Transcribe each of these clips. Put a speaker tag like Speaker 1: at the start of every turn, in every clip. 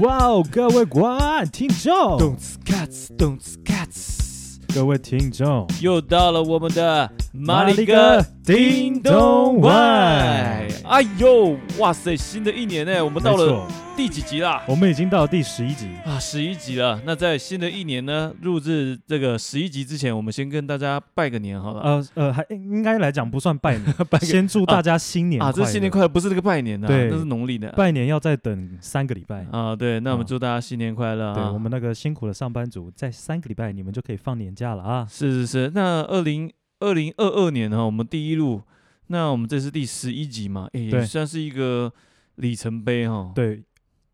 Speaker 1: 哇哦，各位观听众，
Speaker 2: Don't cuts, don't cuts。
Speaker 1: 各位听众，
Speaker 2: 又到了我们的马里
Speaker 1: 马
Speaker 2: 哥
Speaker 1: 里哥叮咚外
Speaker 2: 哎呦，哇塞，新的一年呢，我们到
Speaker 1: 没
Speaker 2: 了
Speaker 1: 错
Speaker 2: 第几集啦？
Speaker 1: 我们已经到第十一集，
Speaker 2: 啊，十一集了。那在新的一年呢，录制这个十一集之前，我们先跟大家拜个年好了。
Speaker 1: 呃呃，还应该来讲不算拜 年，先祝大家新年
Speaker 2: 啊，这
Speaker 1: 快
Speaker 2: 是新年
Speaker 1: 乐
Speaker 2: 快乐，不是这个拜年啊，
Speaker 1: 对
Speaker 2: 那是农历的。
Speaker 1: 拜年要再等三个礼拜。
Speaker 2: 啊，对，那我们
Speaker 1: 啊
Speaker 2: 祝大家新年快乐啊！
Speaker 1: 对我们那个辛苦的上班族，在三个礼拜你们就可以放年假了啊！
Speaker 2: 是是是，那二零二零二二年呢，我们第一路，那我们这是第十一集嘛，诶，也
Speaker 1: 对
Speaker 2: 算是一个里程碑哈。，
Speaker 1: 对，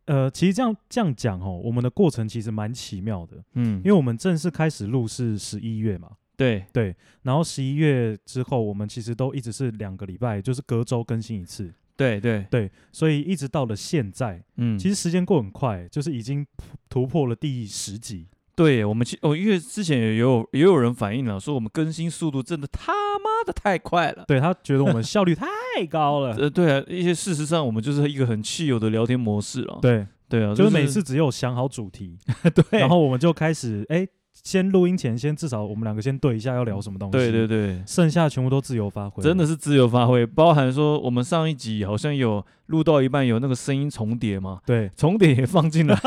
Speaker 1: 呃，其实这样这样讲哦，我们的过程其实蛮奇妙的，
Speaker 2: 嗯
Speaker 1: 因，为我们正式开始录是十一月嘛，
Speaker 2: 对
Speaker 1: 对，然后十一月之后，我们其实都一直是两个礼拜，就是隔周更新一次，
Speaker 2: 对对，
Speaker 1: 对，所以一直到了现在，
Speaker 2: 嗯，
Speaker 1: 其
Speaker 2: 实
Speaker 1: 实时间过很快，就是已经突突破了第十集，
Speaker 2: 对我们其哦，因为之前也有也有人反映了，说我们更新速度真的他妈的太快了。
Speaker 1: 对他觉得我们效率太高 了，
Speaker 2: 呃，对啊，一些事实上我们就是一个很汽油的聊天模式了。
Speaker 1: 对，
Speaker 2: 对啊，
Speaker 1: 就是是每次只有想好主题，
Speaker 2: 对，
Speaker 1: 然后我们就开始，哎，先录音前先至少我们两个先对一下要聊什么东西，
Speaker 2: 对对对，
Speaker 1: 剩下全部都自由发挥，
Speaker 2: 真的是自由发挥，包含说我们上一集好像有录到一半有那个声音重叠嘛，
Speaker 1: 对
Speaker 2: 重点也放 进来，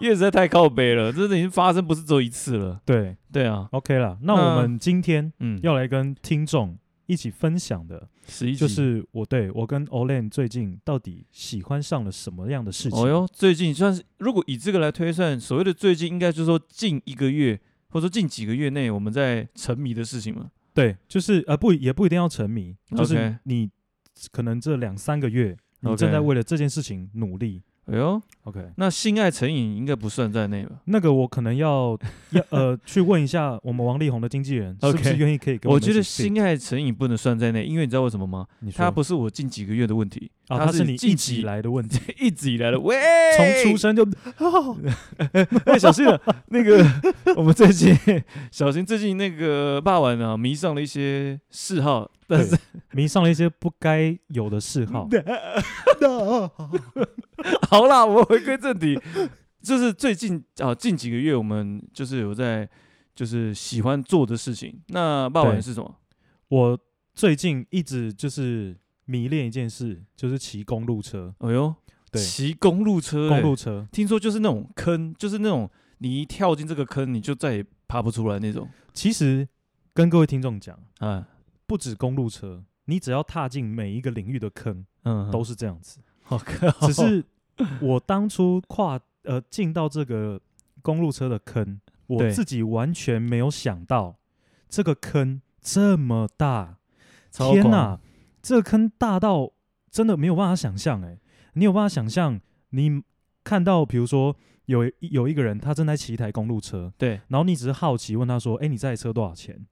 Speaker 2: 因为实在太靠北了，这已经发生不是只有一次了。
Speaker 1: 对
Speaker 2: 对啊，
Speaker 1: ，OK 了，那
Speaker 2: 那
Speaker 1: 我们今天
Speaker 2: 嗯，
Speaker 1: 要来跟听众一起分享的。
Speaker 2: 十一集
Speaker 1: 就是我对我跟 Olen 最近到底喜欢上了什么样的事情？
Speaker 2: 哦哟，最近算是如果以这个来推算，所谓的最近应该就是说近一个月或者说近几个月内我们在沉迷的事情嘛。
Speaker 1: 对，就是呃不也不一定要沉迷，就
Speaker 2: OK
Speaker 1: 是你可能这两三个月你
Speaker 2: OK
Speaker 1: 正在为了这件事情努力。
Speaker 2: 哎呦，
Speaker 1: OK，
Speaker 2: 那性爱成瘾应该不算在内吧？
Speaker 1: 那个我可能要要 呃去问一下我们王力宏的经纪人是不
Speaker 2: OK
Speaker 1: 是愿意可以给
Speaker 2: 我
Speaker 1: 们一起
Speaker 2: 觉得
Speaker 1: fit？
Speaker 2: 性爱成瘾不能算在内，因为你知道为什么吗？
Speaker 1: 你说
Speaker 2: 它不是我近几个月的问题，
Speaker 1: 啊，
Speaker 2: 它
Speaker 1: 他是你
Speaker 2: 近
Speaker 1: 一直
Speaker 2: 几
Speaker 1: 以来的问 题，
Speaker 2: 一直以来的喂，
Speaker 1: 从出生 就
Speaker 2: 哦哎、小
Speaker 1: 啊
Speaker 2: 心了，那个 我们最近 小新最近那个霸王啊，迷上了一些嗜好，但 是
Speaker 1: 迷上了一些不该有的嗜好。
Speaker 2: 好啦，我回归正题， 就是最近啊，近几个月我们就是有在就是喜欢做的事情。那霸王
Speaker 1: 对
Speaker 2: 是什么？
Speaker 1: 我最近一直就是迷恋一件事，就是骑公路车。
Speaker 2: 哎呦，
Speaker 1: 对
Speaker 2: 骑公路车、
Speaker 1: 公路，车，
Speaker 2: 听说就是那种坑，就是那种你一跳进这个坑，你就再也爬不出来那种。
Speaker 1: 其实跟各位听众讲，
Speaker 2: 啊，
Speaker 1: 不止公路车，你只要踏进每一个领域的坑，
Speaker 2: 嗯，
Speaker 1: 都是这样子。
Speaker 2: 好 看，
Speaker 1: 只是我当初跨呃进到这个公路车的坑，我
Speaker 2: 对
Speaker 1: 自己完全没有想到这个坑这么大，
Speaker 2: 超
Speaker 1: 天
Speaker 2: 广
Speaker 1: 哪，这个坑大到真的没有办法想象哎、你有办法想象你看到比如说有一有一个人他正在骑一台公路车，
Speaker 2: 对，
Speaker 1: 然后你只是好奇问他说：“哎，你这台车多少钱？”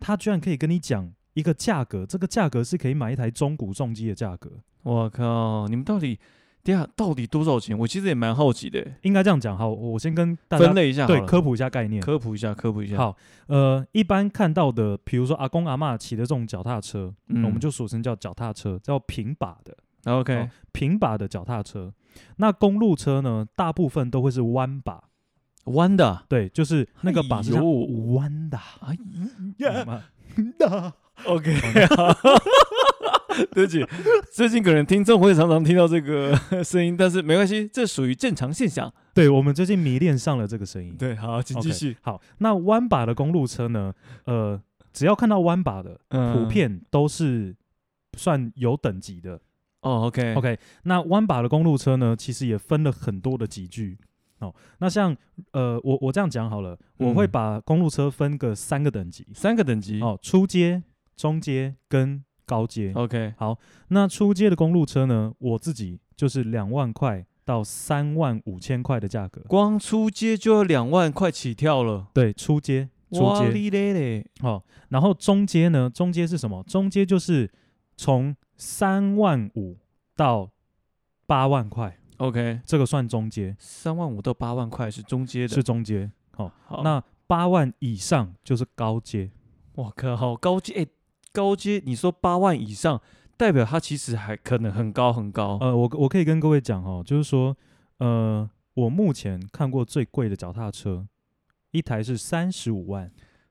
Speaker 1: 他居然可以跟你讲一个价格，这个价格是可以买一台中古重机的价格，
Speaker 2: 我靠，你们到底，等一下到底多少钱？我其实也蛮好奇的欸，
Speaker 1: 应该这样讲。好，我先跟大家
Speaker 2: 分类一下好了，
Speaker 1: 对科普一下概念。
Speaker 2: 科普一下，科普一下。，
Speaker 1: 好，呃，一般看到的，比如说阿公阿嬷骑的这种脚踏车，
Speaker 2: 嗯
Speaker 1: 我们就俗称叫脚踏车，叫平把的
Speaker 2: OK，
Speaker 1: 平把的脚踏车。那公路车呢，大部分都会是弯把，
Speaker 2: 弯的啊。
Speaker 1: 对，就是那个把是像
Speaker 2: 哎
Speaker 1: 弯 的啊。
Speaker 2: 哎
Speaker 1: 懂
Speaker 2: 呀
Speaker 1: 吗
Speaker 2: 啊，OK，对不起，最近可能听众会常常听到这个 声音，但是没关系，这属于正常现象。
Speaker 1: 对，我们最近迷恋上了这个声音。
Speaker 2: 对，好，请
Speaker 1: OK，
Speaker 2: 继续。
Speaker 1: 好，那弯把的公路车呢？呃，只要看到弯把的，
Speaker 2: 嗯
Speaker 1: 普遍都是算有等级的。
Speaker 2: 哦，OK，
Speaker 1: OK，那弯把的公路车呢，其实也分了很多的级距。哦，那像呃，我我这样讲好了，我会
Speaker 2: 嗯
Speaker 1: 把公路车分个三个等级。
Speaker 2: 三个等级。
Speaker 1: 哦，初阶、中阶跟高阶。
Speaker 2: OK，
Speaker 1: 那初阶的公路车呢，我自己就是两万块到三万五千块的价格。
Speaker 2: 光出街就要两万块起跳了。
Speaker 1: 对，初阶，初
Speaker 2: 哇
Speaker 1: 阶。
Speaker 2: 哩嘞嘞，
Speaker 1: 哦，然后中阶呢？中阶是什么？中阶就是从三万五到八万块，
Speaker 2: OK，
Speaker 1: 这个算中阶，
Speaker 2: 三万五到八万块是中阶的。
Speaker 1: 是中阶。
Speaker 2: 好，
Speaker 1: 那八万以上就是高阶，
Speaker 2: 我靠，好高阶！哎、高阶，你说八万以上，代表它其实还可能很高很高。
Speaker 1: 哦呃，我我可以跟各位讲哦，就是说，呃，我目前看过最贵的脚踏车，一台是三十五万，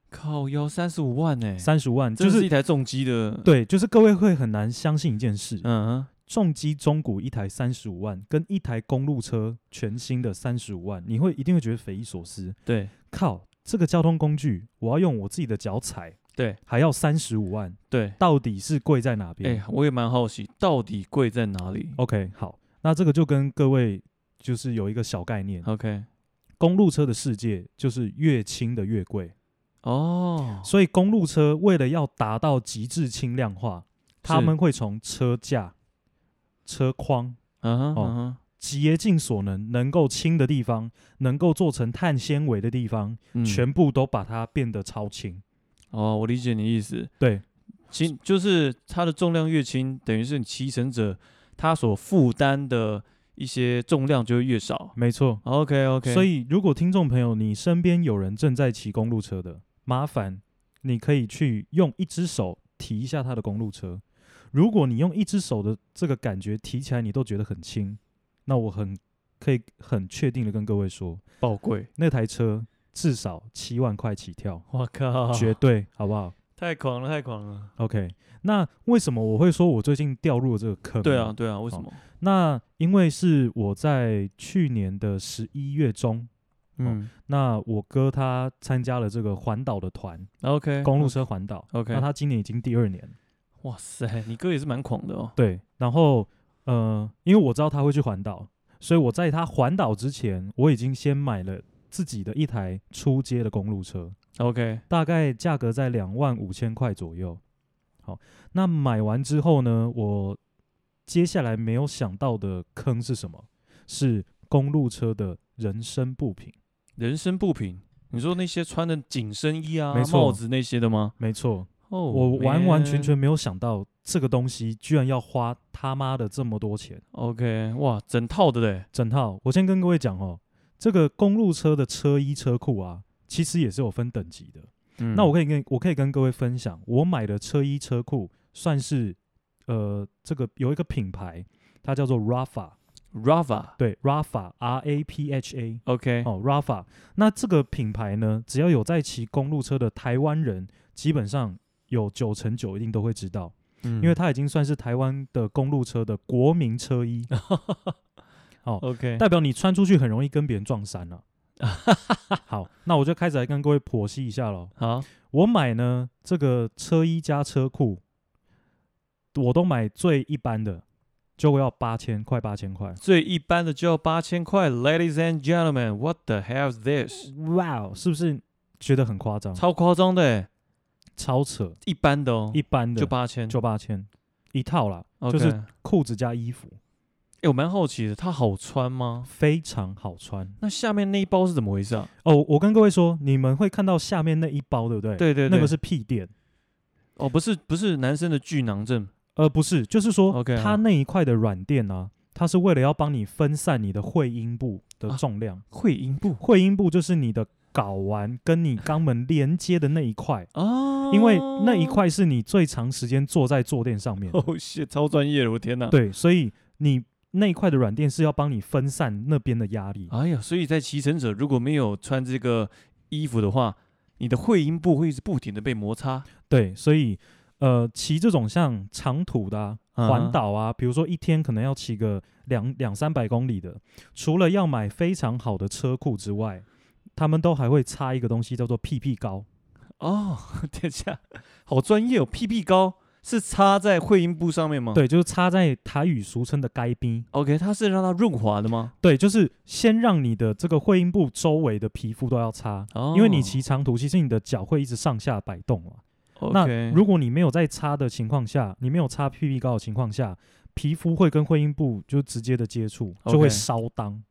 Speaker 2: 靠腰三十五万呢、
Speaker 1: 三十万
Speaker 2: 就
Speaker 1: 就是
Speaker 2: 哎一
Speaker 1: 是
Speaker 2: 台重机的，，
Speaker 1: 对，就是各位会很难相信一件事，
Speaker 2: 嗯哼，
Speaker 1: 重机中古一台三十五万，跟一台公路车全新的三十五万，你会一定会觉得匪夷所思。
Speaker 2: 对
Speaker 1: 靠，这个交通工具，我要用我自己的脚踩，
Speaker 2: 对
Speaker 1: 还要三十五万，
Speaker 2: 对，
Speaker 1: 到底是贵在哪
Speaker 2: 哎、
Speaker 1: 边、
Speaker 2: 我也蛮好奇，到底贵在哪里
Speaker 1: o k 好，那这个就跟各位就是有一个小概念，
Speaker 2: ？OK，
Speaker 1: 公路车的世界就是越轻的越贵，
Speaker 2: 哦，
Speaker 1: 所以公路车为了要达到极致轻量化，他
Speaker 2: 是
Speaker 1: 们会从车架、车框。
Speaker 2: 嗯哼，
Speaker 1: 哦
Speaker 2: 嗯哼
Speaker 1: 竭尽所能，能够轻的地方，能够做成碳纤维的地方，
Speaker 2: 嗯，
Speaker 1: 全部都把它变得超轻。
Speaker 2: 哦，我理解你意思，
Speaker 1: 对，
Speaker 2: 轻就是它的重量越轻，等于是你骑乘者他所负担的一些重量就会越少。
Speaker 1: 没错。
Speaker 2: OK OK，
Speaker 1: 所以，如果听众朋友你身边有人正在骑公路车的，麻烦你可以去用一只手提一下他的公路车。如果你用一只手的这个感觉提起来，你都觉得很轻，那我很可以很确定的跟各位说，
Speaker 2: 爆贵，
Speaker 1: 那台车至少七万块起跳，
Speaker 2: 我靠，
Speaker 1: 绝对好不好？
Speaker 2: 太狂了，太狂了。
Speaker 1: OK，那为什么我会说我最近掉入了这个坑？
Speaker 2: 对啊，，对啊，为什
Speaker 1: 好
Speaker 2: 么？
Speaker 1: 那因为是我在去年的十一月中，
Speaker 2: 嗯
Speaker 1: 那我哥他参加了这个环岛的团，
Speaker 2: ，OK，
Speaker 1: 公路车环岛。
Speaker 2: 嗯 OK
Speaker 1: 那他今年已经第二年了，
Speaker 2: 哇塞，你哥也是蛮狂的哦。
Speaker 1: 对。然后，呃，因为我知道他会去环岛，所以我在他环岛之前，我已经先买了自己的一台初阶的公路车。
Speaker 2: OK，
Speaker 1: 大概价格在两万五千块左右。好，那买完之后呢，我接下来没有想到的坑是什么？是公路车的人身部品。
Speaker 2: 人生不平。你说那些穿的紧身衣啊、
Speaker 1: 没错
Speaker 2: 帽子那些的吗？
Speaker 1: 没错，
Speaker 2: 哦，啊
Speaker 1: 我完
Speaker 2: man
Speaker 1: 完全全没有想到这个东西居然要花他妈的这么多钱。
Speaker 2: OK，哇，整套的嘞。
Speaker 1: 整套，我先跟各位讲哦，这个公路车的车衣车库啊，其实也是有分等级的。
Speaker 2: 嗯
Speaker 1: 那我可以跟我可以跟各位分享，我买的车衣车裤算是呃这个有一个品牌，它叫做 Rafa，
Speaker 2: Rava
Speaker 1: 对 Rafa R A P H A
Speaker 2: OK，
Speaker 1: 哦 Rafa。那这个品牌呢，只要有在骑公路车的台湾人，基本上有九成九一定都会知道，
Speaker 2: 因
Speaker 1: 因为它已经算是台湾的公路车的国民车 衣，
Speaker 2: OK，
Speaker 1: 代表你穿出去很容易跟别人撞衫 了、好，那我就开始来跟各位剖析一下喽。
Speaker 2: 好，
Speaker 1: 我买呢，这个车衣加车库，我都买最一般的，就要八千，快八千块。
Speaker 2: 最一般的就要八千块，Ladies and gentlemen，what the hell is this？
Speaker 1: 哇哦，是不是觉得很夸张？
Speaker 2: 超夸张的欸，
Speaker 1: 超扯，
Speaker 2: 一般的哦，
Speaker 1: 一般的
Speaker 2: 就八千，
Speaker 1: 就八千一套啦，
Speaker 2: OK
Speaker 1: 就是
Speaker 2: 哎，
Speaker 1: 裤子加衣服，
Speaker 2: 我蛮好奇的，它好穿吗？
Speaker 1: 非常好穿
Speaker 2: 那下面那一包是怎么回事啊？
Speaker 1: 哦。我跟各位说，你们会看到下面那一包，对不对？，
Speaker 2: 对对对，
Speaker 1: 那个是屁垫，
Speaker 2: 哦，不是不是男生的巨囊症
Speaker 1: 呃，不是，就是说
Speaker 2: OK，好
Speaker 1: 它那一块的软垫啊，它是为了要帮你分散你的会阴部的
Speaker 2: 啊
Speaker 1: 重量。
Speaker 2: 会阴部
Speaker 1: 会阴部就是你的睾丸跟你肛门连接的那一块，
Speaker 2: 哦，
Speaker 1: 因为那一 块是你最长时间坐在坐垫上面的，
Speaker 2: 哦，谢，超专业的，我天哪！，
Speaker 1: 对，所以你那一块的软垫是要帮你分散那边的压力，
Speaker 2: 哎呀，所以在骑乘者如果没有穿这个衣服的话，你的会阴部会一直不停的被摩
Speaker 1: 啊
Speaker 2: 擦，
Speaker 1: 对，所以呃，骑这种像长途的、啊。
Speaker 2: 嗯
Speaker 1: 环岛啊，比如说一天可能要骑个两两三百公里的，除了要买非常好的车库之外，他们都还会擦一个东西叫做屁屁膏。
Speaker 2: 哦，等一下，好专业哦！屁屁膏是插在会阴部上面吗？
Speaker 1: 对，就是插在台语俗称的该冰。
Speaker 2: ，OK，它是让它润滑的吗？
Speaker 1: 对，就是先让你的这个会阴部周围的皮肤都要擦，
Speaker 2: 哦，
Speaker 1: 因为你骑长途，其实你的脚会一直上下摆动嘛。那
Speaker 2: 哦 OK，
Speaker 1: 如果你没有在擦的情况下，你没有擦屁屁膏的情况下，皮肤会跟会阴部就直接的接触，就会
Speaker 2: OK
Speaker 1: 烧当。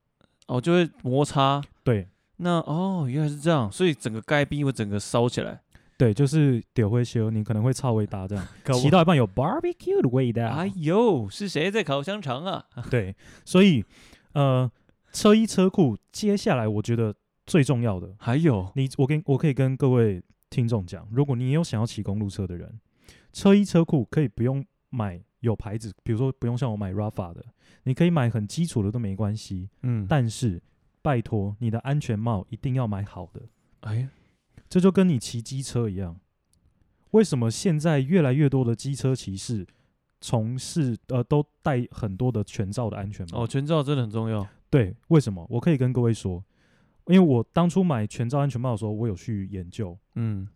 Speaker 2: 哦就会摩擦。
Speaker 1: 对
Speaker 2: 那哦，原来是这样，所以整个该冰会整个烧起来。
Speaker 1: 对，就是丢灰修，你可能会超味搭这样，
Speaker 2: 搞不
Speaker 1: 骑到一半有 barbecue 的味道。
Speaker 2: 哎呦，是谁在烤香肠啊？
Speaker 1: 对，所以呃，车衣车库，接下来我觉得最重要的
Speaker 2: 还有，
Speaker 1: 你我跟我可以跟各位听众讲，如果你也有想要骑公路车的人，车衣车库可以不用买有牌子，比如说不用像我买 Rafa 的，你可以买很基础的都没关系。
Speaker 2: 嗯，
Speaker 1: 但是拜托你的安全帽一定要买好的。
Speaker 2: 哎，
Speaker 1: 这就跟你骑机车一样，为什么现在越来越多的机车骑士从事呃都戴很多的全罩的安全帽？
Speaker 2: 哦，全罩真的很重要。
Speaker 1: 对，为什么？我可以跟各位说，因为我当初买全罩安全帽的时候，我有去研究，
Speaker 2: 嗯，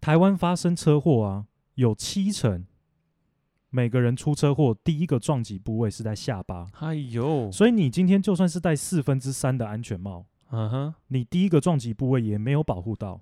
Speaker 1: 台湾发生车祸啊，有七成每个人出车祸第一个撞击部位是在下巴，
Speaker 2: 哎呦，
Speaker 1: 所以你今天就算是戴四分之三的安全帽，
Speaker 2: 嗯哼，
Speaker 1: 你第一个撞击部位也没有保护到，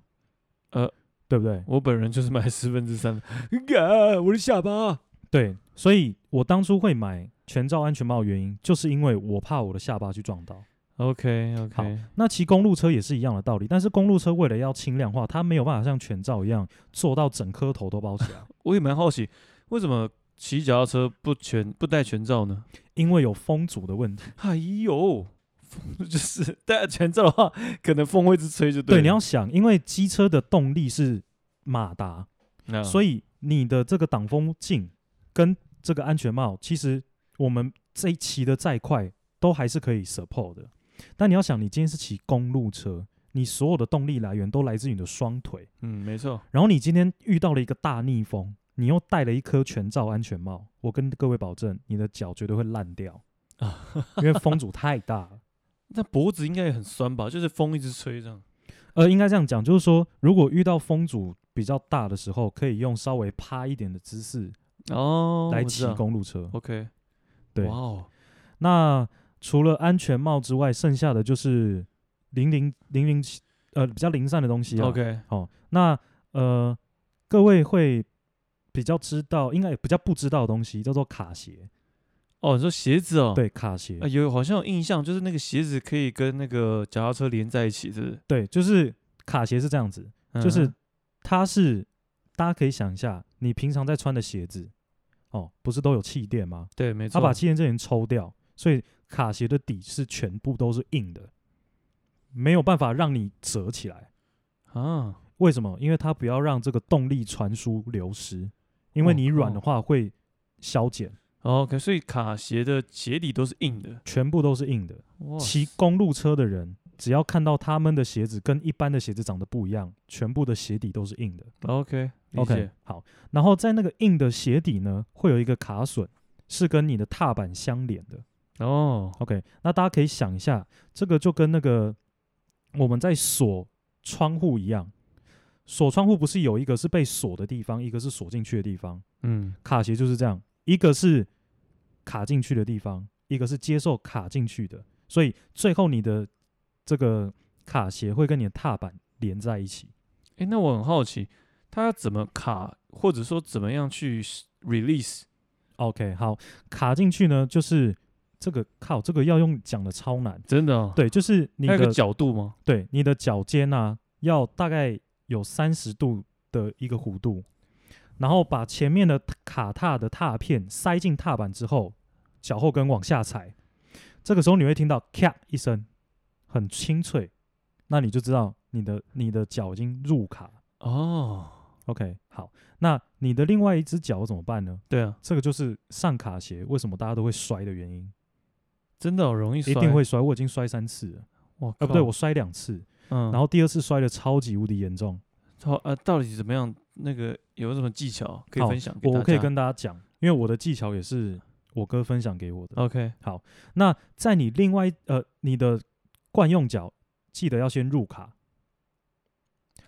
Speaker 2: 呃，
Speaker 1: 对不对？
Speaker 2: 我本人就是买十分之三，啊，我的下巴。
Speaker 1: 对，所以我当初会买全罩安全帽的原因，就是因为我怕我的下巴去撞到。
Speaker 2: OK
Speaker 1: 好
Speaker 2: OK，
Speaker 1: 那骑公路车也是一样的道理，但是公路车为了要轻量化，它没有办法像全罩一样做到整颗头都包起来，
Speaker 2: 我也蛮好奇，为什么骑脚踏车不全不戴全罩呢？
Speaker 1: 因为有风阻的问题。
Speaker 2: 哎呦，风 就是戴全罩的话，可能风会一直吹就
Speaker 1: 对，
Speaker 2: 了
Speaker 1: 你要想，因为机车的动力是马达，
Speaker 2: 那
Speaker 1: 所以你的这个挡风镜跟这个安全帽，其实我们这一骑的再快，都还是可以 support 的。但你要想，你今天是骑公路车，你所有的动力来源都来自于你的双腿，
Speaker 2: 嗯，没错，
Speaker 1: 然后你今天遇到了一个大逆风，你又戴了一颗全罩安全帽，我跟各位保证，你的脚绝对会烂 掉因为风阻太大了。
Speaker 2: 那脖子应该也很酸吧？就是风一直吹这样。
Speaker 1: 呃，应该这样讲，就是说，如果遇到风阻比较大的时候，可以用稍微趴一点的姿势
Speaker 2: 哦
Speaker 1: 来
Speaker 2: 我知
Speaker 1: 骑
Speaker 2: 道
Speaker 1: 公路车。
Speaker 2: OK，
Speaker 1: 对
Speaker 2: 哇哦，
Speaker 1: 那除了安全帽之外，剩下的就是零零零零七呃比较零散的东西、啊。
Speaker 2: OK，
Speaker 1: 好、那呃各位会比较知道，应该也比较不知道的东西叫做卡鞋。
Speaker 2: 哦，你说鞋子哦，，
Speaker 1: 对，卡鞋，
Speaker 2: 啊有好像有印象，就是那个鞋子可以跟那个脚踏车连在一起，是不是？
Speaker 1: 对，就是卡鞋是这样子，
Speaker 2: 嗯
Speaker 1: 就是它是大家可以想一下，你平常在穿的鞋子，哦，不是都有气垫吗？
Speaker 2: 对，没
Speaker 1: 他
Speaker 2: 错，
Speaker 1: 把气垫这人抽掉，所以卡鞋的底是全部都是硬的，没有办法让你折起来。
Speaker 2: 啊，
Speaker 1: 为什么？因为它不要让这个动力传输流失，因为
Speaker 2: 哦
Speaker 1: 你软
Speaker 2: 靠
Speaker 1: 的话会消减，
Speaker 2: 哦 OK，所以卡鞋的鞋底都是硬的，
Speaker 1: 全部都是硬的。
Speaker 2: 哇，
Speaker 1: 骑公路车的人，只要看到他们的鞋子跟一般的鞋子长得不一样，全部的鞋底都是硬的。
Speaker 2: OK，理
Speaker 1: OK，
Speaker 2: 解，
Speaker 1: 好。然后在那个硬的鞋底呢，会有一个卡榫，是跟你的踏板相连的。
Speaker 2: 哦，
Speaker 1: OK，那大家可以想一下，这个就跟那个我们在锁窗户一样，锁窗户不是有一个是被锁的地方，一个是锁进去的地方。
Speaker 2: 嗯，
Speaker 1: 卡鞋就是这样，一个是卡进去的地方，一个是接受卡进去的，所以最后你的这个卡鞋会跟你的踏板连在一起。
Speaker 2: 诶，那我很好奇，它怎么卡，或者说怎么样去 s- release？
Speaker 1: OK，好，卡进去呢，就是这个靠这个要用讲的超难，
Speaker 2: 真的、哦，
Speaker 1: 对，就是你
Speaker 2: 它有
Speaker 1: 的
Speaker 2: 个角度吗？
Speaker 1: 对，你的脚尖啊，要大概有三十度的一个弧度，然后把前面的卡踏的踏片塞进踏板之后，脚后跟往下踩，这个时候你会听到咔一声，很清脆，那你就知道你的你的脚已经入卡。
Speaker 2: 哦，
Speaker 1: OK，好，那你的另外一只脚怎么办呢？
Speaker 2: 对啊，
Speaker 1: 这个就是上卡鞋为什么大家都会摔的原因，
Speaker 2: 真的、哦、容易摔，
Speaker 1: 一定会，摔。我已经摔三次了，
Speaker 2: 哇，
Speaker 1: 呃，不对，
Speaker 2: 靠
Speaker 1: 我，摔两次，
Speaker 2: 嗯，
Speaker 1: 然后第二次摔的超级无敌严重。
Speaker 2: 好啊，到底怎么样？那个有什么技巧可以
Speaker 1: 好
Speaker 2: 分享给大家？
Speaker 1: 我可以跟大家讲，因为我的技巧也是我哥分享给我的。
Speaker 2: OK，
Speaker 1: 那在你另外呃你的惯用脚，记得要先入卡。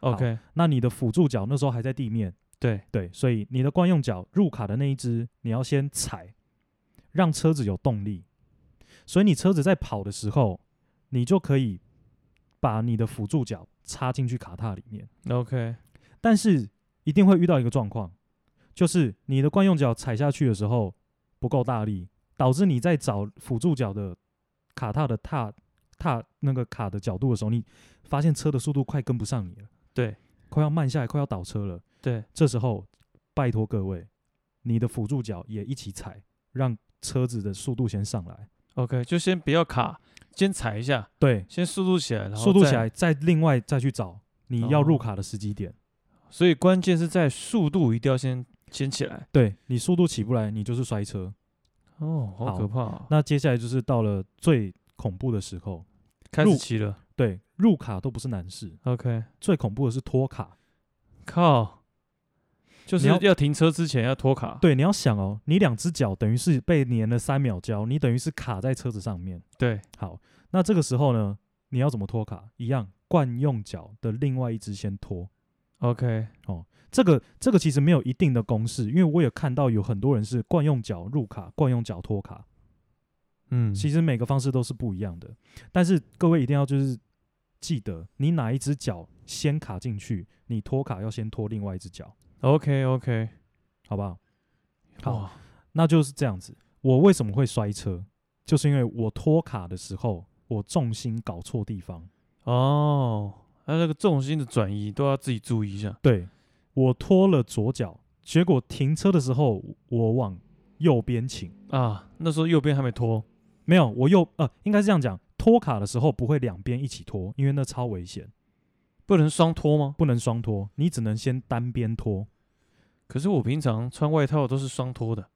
Speaker 2: OK，
Speaker 1: 那你的辅助脚那时候还在地面，
Speaker 2: 对，
Speaker 1: 对，所以你的惯用脚入卡的那一只，你要先踩，让车子有动力。所以你车子在跑的时候，你就可以把你的辅助脚插进去卡踏里面。
Speaker 2: OK，
Speaker 1: 但是一定会遇到一个状况，就是你的惯用脚踩下去的时候不够大力，导致你在找辅助脚的卡踏的踏踏那个卡的角度的时候，你发现车的速度快跟不上你了，
Speaker 2: 对，
Speaker 1: 快要慢下来，快要倒车了。
Speaker 2: 对，
Speaker 1: 这时候拜托各位，你的辅助脚也一起踩，让车子的速度先上来，
Speaker 2: OK，就先不要卡，先踩一下，
Speaker 1: 对，
Speaker 2: 先速度起来，然后
Speaker 1: 速度
Speaker 2: 再
Speaker 1: 起来，再另外再去找你要入卡的时机点。
Speaker 2: 哦所以关键是在速度一定要先先起来。
Speaker 1: 对你速度起不来，你就是摔车。
Speaker 2: 哦，好
Speaker 1: 好
Speaker 2: 可怕、啊！
Speaker 1: 那接下来就是到了最恐怖的时候，
Speaker 2: 开
Speaker 1: 入
Speaker 2: 始骑了。
Speaker 1: 对，入卡都不是难事，呃
Speaker 2: OK，
Speaker 1: 最恐怖的是拖卡。
Speaker 2: 靠，就是
Speaker 1: 你要
Speaker 2: 要停车之前要拖卡。
Speaker 1: 对，你要想哦，你两只脚等于是被粘了三秒胶，你等于是卡在车子上面。
Speaker 2: 对
Speaker 1: 好，那这个时候呢，你要怎么拖卡？一样，惯用脚的另外一只先拖。
Speaker 2: ，OK，
Speaker 1: 这个这个其实没有一定的公式，因为我也看到有很多人是惯用脚入卡，惯用脚拖卡，
Speaker 2: 嗯，
Speaker 1: 其实每个方式都是不一样的。但是各位一定要就是记得，你哪一只脚先卡进去，你拖卡要先拖另外一只脚，
Speaker 2: OK OK，
Speaker 1: 好不好？好
Speaker 2: 好，
Speaker 1: 那就是这样子。我为什么会摔车？就是因为我拖卡的时候，我重心搞错地方。
Speaker 2: 哦，那这个重心的转移都要自己注意一下。
Speaker 1: 对，我拖了左脚，结果停车的时候我往右边倾，
Speaker 2: 啊，那时候右边还没拖，
Speaker 1: 没有，我右呃，应该是这样讲，拖卡的时候不会两边一起拖，因为那超危险，
Speaker 2: 不能双拖吗？
Speaker 1: 不能双拖，你只能先单边拖。
Speaker 2: 可是我平常穿外套都是双拖的。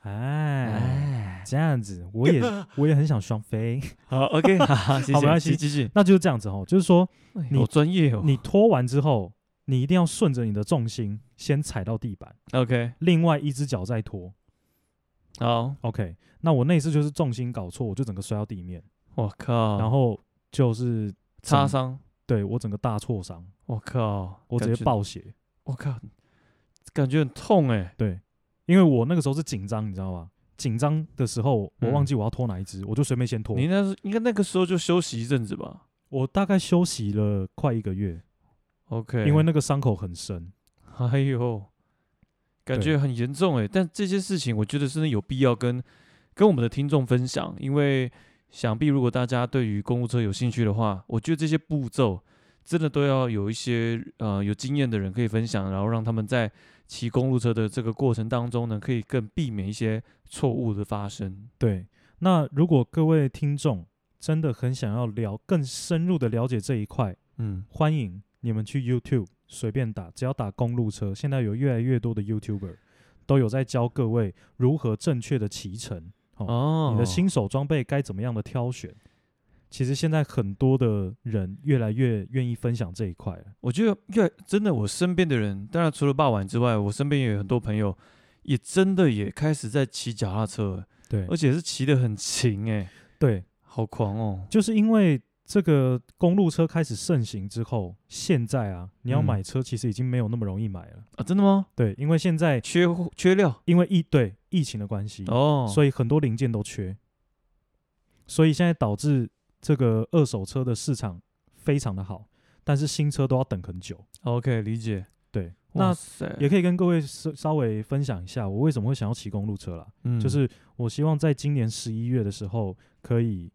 Speaker 1: 哎，，这样子，我 也我也很想双飞。
Speaker 2: 好，OK，好好，谢
Speaker 1: 好没
Speaker 2: 谢，
Speaker 1: 关系
Speaker 2: 继续。
Speaker 1: 那就是这样子哦，就是说
Speaker 2: 哎
Speaker 1: 你
Speaker 2: 好专业哦，
Speaker 1: 你拖完之后，你一定要顺着你的重心先踩到地板，
Speaker 2: OK，
Speaker 1: 另外一只脚再拖。
Speaker 2: 好，
Speaker 1: OK，那我那次就是重心搞错，我就整个摔到地面，
Speaker 2: 我靠，
Speaker 1: 然后就是
Speaker 2: 擦
Speaker 1: 整
Speaker 2: 伤，
Speaker 1: 对我整个大挫伤，
Speaker 2: 我靠，
Speaker 1: 我直
Speaker 2: 感
Speaker 1: 接
Speaker 2: 觉，
Speaker 1: 爆血。
Speaker 2: 我靠，感觉很痛哎。
Speaker 1: 对，因为我那个时候是紧张，你知道吗？紧张的时候，我
Speaker 2: 嗯
Speaker 1: 忘记我要拖哪一只，我就随便先拖。
Speaker 2: 你那是应该那个时候就休息一阵子吧
Speaker 1: 我大概休息了快一个月，
Speaker 2: ？OK，
Speaker 1: 因为那个伤口很深。
Speaker 2: 哎呦，感
Speaker 1: 对
Speaker 2: 觉很严重哎。但这些事情，我觉得真的有必要跟跟我们的听众分享，因为想必如果大家对于公务车有兴趣的话，我觉得这些步骤真的都要有一些呃有经验的人可以分享，然后让他们在骑公路车的这个过程当中呢，可以更避免一些错误的发生。
Speaker 1: 对，那如果各位听众真的很想要聊更深入的了解这一块，
Speaker 2: 嗯，
Speaker 1: 欢迎你们去 YouTube 随便打，只要打公路车，现在有越来越多的 YouTuber 都有在教各位如何正确的骑乘，
Speaker 2: 哦，
Speaker 1: 你的新手装备该怎么样的挑选。其实现在很多的人越来越愿意分享这一块了，
Speaker 2: 我觉得越真的，我身边的人，当然除了霸晚之外，我身边也有很多朋友，也真的也开始在骑脚踏车了，
Speaker 1: 对
Speaker 2: 而且是骑得很勤哎、
Speaker 1: 对，
Speaker 2: 好狂哦！
Speaker 1: 就是因为这个公路车开始盛行之后，现在啊，你要
Speaker 2: 嗯
Speaker 1: 买车其实已经没有那么容易买了，
Speaker 2: 啊，真的吗？
Speaker 1: 对，因为现在
Speaker 2: 缺货缺料
Speaker 1: 因为疫对疫情的关系，
Speaker 2: 哦，
Speaker 1: 所以很多零件都缺，所以现在导致这个二手车的市场非常的好，但是新车都要等很久。
Speaker 2: OK 理解。
Speaker 1: 对，
Speaker 2: 哇
Speaker 1: 那
Speaker 2: 塞，
Speaker 1: 也可以跟各位稍稍微分享一下，我为什么会想要骑公路车啦，
Speaker 2: 嗯
Speaker 1: 就是我希望在今年十一月的时候可以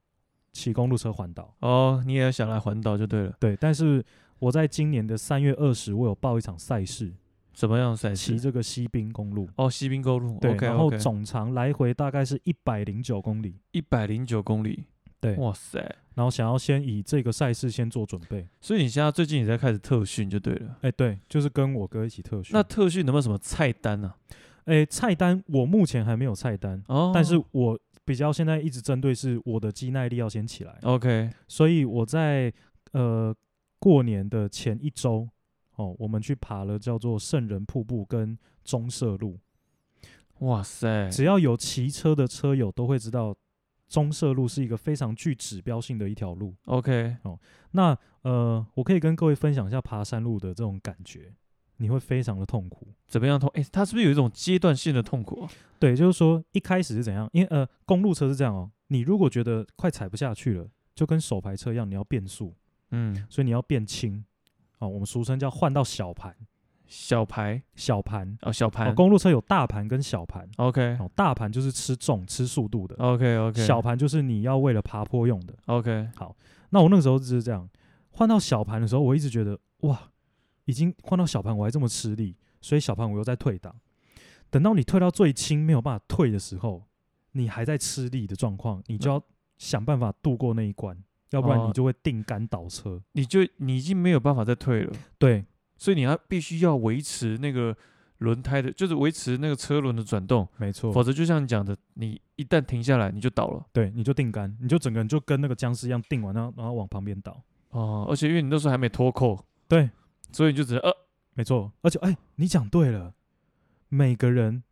Speaker 1: 骑公路车环岛。
Speaker 2: 哦，你也想来环岛就对了，
Speaker 1: 对，但是我在今年的三月二十，我有报一场赛事，
Speaker 2: 什么样的赛
Speaker 1: 骑
Speaker 2: 事？
Speaker 1: 这个西滨公路。
Speaker 2: 哦，西滨公路
Speaker 1: 对
Speaker 2: o k
Speaker 1: 然后
Speaker 2: OK，
Speaker 1: 总长来回大概是一百零九公里。
Speaker 2: 一百零九公里，
Speaker 1: 对，
Speaker 2: 哇塞！
Speaker 1: 然后想要先以这个赛事先做准备。
Speaker 2: 所以你现在最近也在开始特训就对了。
Speaker 1: 哎、对，就是跟我哥一起特训。
Speaker 2: 那特训有没有什么菜单呢、
Speaker 1: 哎、菜单我目前还没有菜单，
Speaker 2: 哦，
Speaker 1: 但是我比较现在一直针对是我的肌耐力要先起来，
Speaker 2: OK，
Speaker 1: 所以我在呃过年的前一周哦，我们去爬了叫做圣人瀑布跟中社路，
Speaker 2: 哇塞，
Speaker 1: 只要有骑车的车友都会知道。中社路是一个非常具指标性的一条路。
Speaker 2: OK，
Speaker 1: 那呃，我可以跟各位分享一下爬山路的这种感觉，你会非常的痛苦。
Speaker 2: 怎么样痛？哎、它是不是有一种阶段性的痛苦啊、
Speaker 1: 对，就是说一开始是怎样？因为呃，公路车是这样哦，你如果觉得快踩不下去了，就跟手排车一样，你要变速，
Speaker 2: 嗯，
Speaker 1: 所以你要变轻。哦，我们俗称叫换到小盘，
Speaker 2: 小排
Speaker 1: 小盘。
Speaker 2: 哦，小盘、
Speaker 1: 哦，公路车有大盘跟小盘。
Speaker 2: OK
Speaker 1: 哦，大盘就是吃重、吃速度的
Speaker 2: OK 哦 OK
Speaker 1: 小盘就是你要为了爬坡用的。
Speaker 2: OK
Speaker 1: 那我那个时候就是这样，换到小盘的时候，我一直觉得哇，已经换到小盘我还这么吃力，所以小盘我又在退档。等到你退到最轻没有办法退的时候，你还在吃力的状况，你就要想办法度过那一关，要不然
Speaker 2: 哦
Speaker 1: 你就会定杆倒车。
Speaker 2: 你就你已经没有办法再退了，
Speaker 1: 对
Speaker 2: 所以你要必须要维持那个轮胎的，就是维持那个车轮的转动，
Speaker 1: 没错，
Speaker 2: 否则就像你讲的，你一旦停下来你就倒了
Speaker 1: 对，你就定杆，你就整个人就跟那个僵尸一样定完，然后然后往旁边倒。
Speaker 2: 哦、而且因为你那时候还没脱扣，
Speaker 1: 对，
Speaker 2: 所以你就只能呃，
Speaker 1: 没错，而且哎、你讲对了，每个人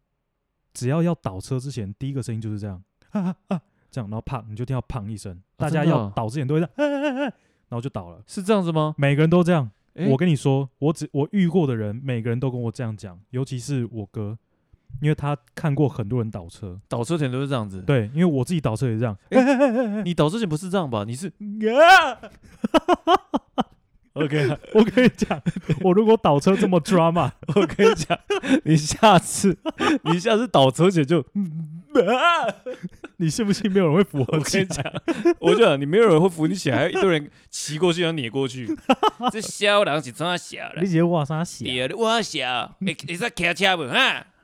Speaker 1: 只要要倒车之前，第一个声音就是这样，啊啊啊，这样，然后啪，你就听到砰一声，大家
Speaker 2: 真的
Speaker 1: 要
Speaker 2: 哦
Speaker 1: 倒之前都会这样，哎哎哎哎，然后就倒了，
Speaker 2: 是这样子吗？
Speaker 1: 每个人都这样。
Speaker 2: 诶
Speaker 1: 我跟你说，我只我遇过的人，每个人都跟我这样讲，尤其是我哥，因为他看过很多人倒车，
Speaker 2: 倒车前都是这样子，
Speaker 1: 对，因为我自己倒车也是这 样，
Speaker 2: 你倒车前不是这样吧？你是 OK，啊
Speaker 1: 啊我跟你讲，我如果倒车这么 drama，
Speaker 2: 我跟你讲，你下次你下次倒车前就，啊、
Speaker 1: 你信不信没有人会扶
Speaker 2: 我
Speaker 1: 我起
Speaker 2: 跟你
Speaker 1: 来？
Speaker 2: 讲， 我就讲你没有人会扶你起来，还有一堆人骑过去要碾过去，这小人是怎啊小
Speaker 1: 你
Speaker 2: 了？
Speaker 1: 直接哇啥血？啊
Speaker 2: 对，我小，你你在开车不哈？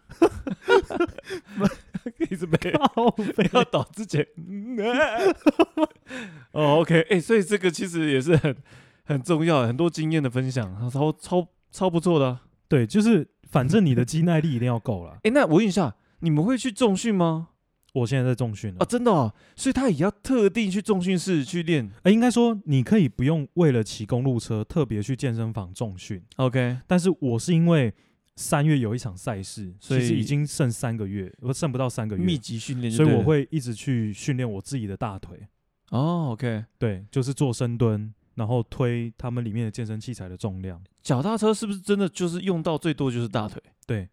Speaker 2: 一直 被
Speaker 1: 靠背
Speaker 2: 要倒之前，嗯啊 哦，OK，哎、所以这个其实也是很很重要，很多经验的分享，啊超超超不错的啊、
Speaker 1: 对，就是反正你的肌耐力一定要够了。
Speaker 2: 哎、那我问一下，你们会去重训吗？
Speaker 1: 我现在在重训
Speaker 2: 啊，
Speaker 1: 了，
Speaker 2: 真的、哦，所以他也要特定去重训室去练。
Speaker 1: 哎，应该说你可以不用为了骑公路车特别去健身房重训，
Speaker 2: OK，
Speaker 1: 但是我是因为三月有一场赛事，
Speaker 2: 所以
Speaker 1: 其实已经剩三个月，我剩不到三个
Speaker 2: 密
Speaker 1: 月，
Speaker 2: 集训练就
Speaker 1: 所
Speaker 2: 对
Speaker 1: 以
Speaker 2: 了，
Speaker 1: 我会一直去训练我自己的大腿，
Speaker 2: 哦，OK，
Speaker 1: 对，就是做深蹲，然后推他们里面的健身器材的重量。
Speaker 2: 脚踏车是不是真的就是用到最多就是大腿？
Speaker 1: 对，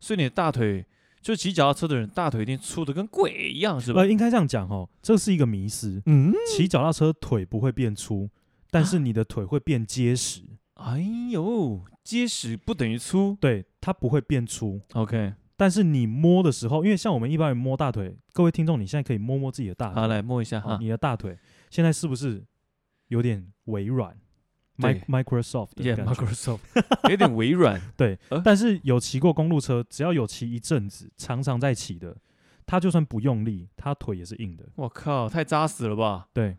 Speaker 2: 所以你的大腿就骑脚踏车的人，大腿一定粗的跟鬼一样，是吧
Speaker 1: 呃，？应该这样讲哦，这是一个迷思。
Speaker 2: 嗯，
Speaker 1: 骑脚踏车腿不会变粗，但是你的腿会变结实。
Speaker 2: 哎呦，结实不等于粗。
Speaker 1: 对，它不会变粗，
Speaker 2: OK，
Speaker 1: 但是你摸的时候，因为像我们一般人摸大腿，各位听众，你现在可以摸摸自己的大
Speaker 2: 好，
Speaker 1: 腿，
Speaker 2: 来摸一下
Speaker 1: 好
Speaker 2: 哈。
Speaker 1: 你的大腿现在是不是有点微软
Speaker 2: 对
Speaker 1: ？Mi- Microsoft 的
Speaker 2: Yeah,
Speaker 1: 感觉
Speaker 2: Microsoft 有点微 软，
Speaker 1: 但是有骑过公路车，只要有骑一阵子，常常在骑的，他就算不用力，他腿也是硬的。
Speaker 2: 我靠，太扎实了吧？
Speaker 1: 对，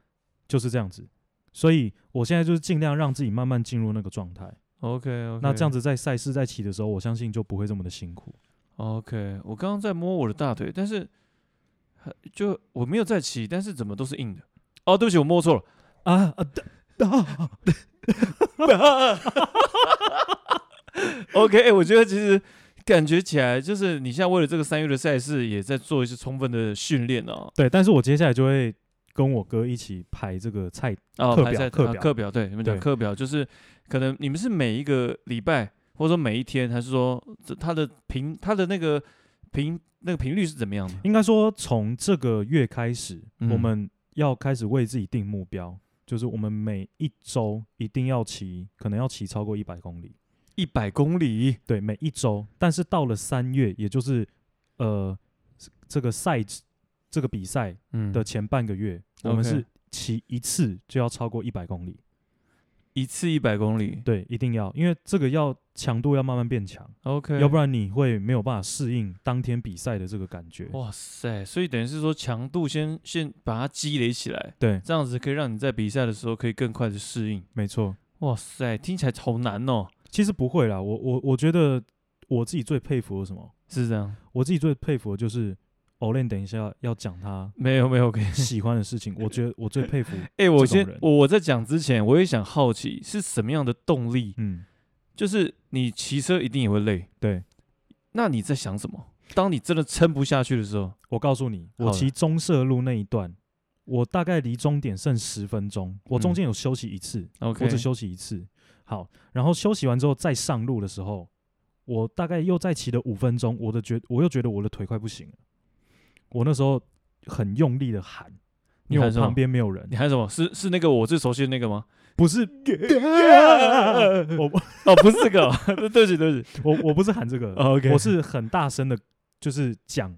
Speaker 1: 就是这样子。所以我现在就是尽量让自己慢慢进入那个状态。
Speaker 2: OK，, o k
Speaker 1: 那这样子在赛事在骑的时候，我相信就不会这么的辛苦。
Speaker 2: OK，我刚刚在摸我的大腿，但是还就我没有在骑，但是怎么都是硬的。哦，对不起，我摸错了。
Speaker 1: 啊啊！
Speaker 2: OK，哎、我觉得其实感觉起来就是你现在为了这个三月的赛事也在做一些充分的训练哦。
Speaker 1: 对，但是我接下来就会跟我哥一起排这个菜。
Speaker 2: 啊，
Speaker 1: 课
Speaker 2: 排
Speaker 1: 表
Speaker 2: 赛
Speaker 1: 课
Speaker 2: 啊
Speaker 1: 表
Speaker 2: 课表，对你们讲
Speaker 1: 对
Speaker 2: 课表就是可能你们是每一个礼拜或者说每一天，还是说这它的频它的那个频那个频率是怎么样的？
Speaker 1: 应该说，从这个月开始，
Speaker 2: 嗯
Speaker 1: 我们要开始为自己定目标，就是我们每一周一定要骑，可能要骑超过一百公里。
Speaker 2: 一百公里
Speaker 1: 对，每一周。但是到了三月，也就是呃这个赛制这个比赛
Speaker 2: 嗯
Speaker 1: 的前半个月，我们
Speaker 2: OK
Speaker 1: 是骑一次就要超过一百公里。
Speaker 2: 一次一百公里
Speaker 1: 对，一定要，因为这个要强度要慢慢变强，
Speaker 2: ，OK，
Speaker 1: 要不然你会没有办法适应当天比赛的这个感觉。
Speaker 2: 哇塞，所以等于是说强度先先把它积累起来，
Speaker 1: 对，
Speaker 2: 这样子可以让你在比赛的时候可以更快的适应。
Speaker 1: 没错。
Speaker 2: 哇塞，听起来好难哦，
Speaker 1: 其实不会啦，我我我觉得我自己最佩服的是什么？
Speaker 2: 是这样？
Speaker 1: 我自己最佩服的就是 Olen，等一下要讲 他
Speaker 2: 没有没 有，跟
Speaker 1: 喜欢的事情，我觉得我最佩服。
Speaker 2: 哎、我
Speaker 1: 这种
Speaker 2: 先
Speaker 1: 人
Speaker 2: 我我在讲之前，我也想好奇是什么样的动力，
Speaker 1: 嗯，
Speaker 2: 就是你骑车一定也会累，
Speaker 1: 对，
Speaker 2: 那你在想什么？当你真的撑不下去的时候，
Speaker 1: 我告诉你，
Speaker 2: 好
Speaker 1: 我
Speaker 2: 的
Speaker 1: 骑中社路那一段，我大概离终点剩十分钟，我中间有休息一次，
Speaker 2: ，OK，
Speaker 1: 我只休息一次。好，然后休息完之后再上路的时候，我大概又再骑了五分钟，我的觉我又觉得我的腿快不行了。我那时候很用力的喊，
Speaker 2: 你
Speaker 1: 因为
Speaker 2: 喊
Speaker 1: 我
Speaker 2: 什么
Speaker 1: 旁边没有人
Speaker 2: 你，还有什么？是是那个我最熟悉的那 个吗？
Speaker 1: 不是我
Speaker 2: 哦，不是这个哦， 对不起对不起
Speaker 1: 我我不是喊这个，
Speaker 2: 哦，OK，
Speaker 1: 我是很大声的，就是讲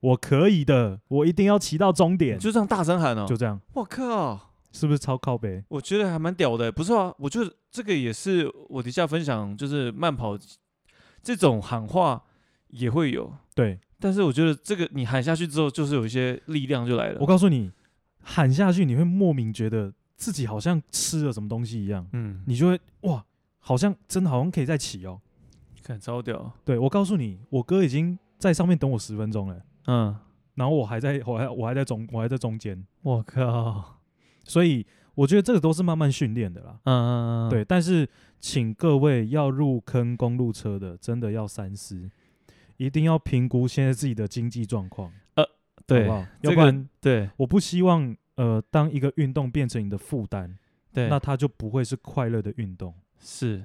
Speaker 1: 我可以的，我一定要骑到终点，
Speaker 2: 就这样大声喊哦
Speaker 1: 就，这样，
Speaker 2: 我靠！
Speaker 1: 是不是超靠北？
Speaker 2: 我觉得还蛮屌的，不是啊？我觉得这个也是我底下分享，就是慢跑这种喊话也会有，
Speaker 1: 对
Speaker 2: 但是我觉得这个你喊下去之后，就是有一些力量就来了
Speaker 1: 我。告诉你，喊下去你会莫名觉得自己好像吃了什么东西一样，
Speaker 2: 嗯，
Speaker 1: 你就会哇，好像真的好像可以再骑哦，
Speaker 2: 看超屌，
Speaker 1: 对我告诉你，我哥已经在上面等我十分钟了，
Speaker 2: 嗯，
Speaker 1: 然后我还在，我还我还在中，我还在中间，
Speaker 2: 我靠，
Speaker 1: 所以我觉得这个都是慢慢训练的啦。
Speaker 2: 嗯嗯嗯，
Speaker 1: 对，但是请各位要入坑公路车的，真的要三思，一定要评估现在自己的经济状况，好
Speaker 2: 呃对
Speaker 1: 不好？
Speaker 2: 这
Speaker 1: 要不
Speaker 2: 个
Speaker 1: 然
Speaker 2: 对
Speaker 1: 我不希望呃，当一个运动变成你的负担，
Speaker 2: 对，
Speaker 1: 那它就不会是快乐的运动。
Speaker 2: 是。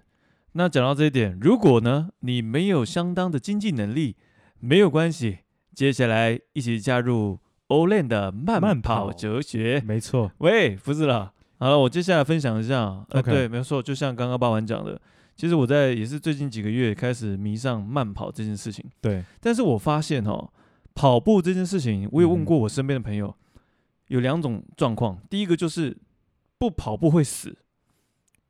Speaker 2: 那讲到这一点，如果呢你没有相当的经济能力，没有关系，接下来一起加入 Olen 的慢
Speaker 1: 慢
Speaker 2: 跑
Speaker 1: 跑
Speaker 2: 哲学。
Speaker 1: 没错，
Speaker 2: 喂，不是啦，好了，我接下来分享一下啊，呃
Speaker 1: OK
Speaker 2: 对，没错，就像刚刚八完讲的，其实我在也是最近几个月开始迷上慢跑这件事情，
Speaker 1: 对，
Speaker 2: 但是我发现哦，跑步这件事情，我也问
Speaker 1: 嗯
Speaker 2: 过我身边的朋友，有两种状况，第一个就是不跑步会死，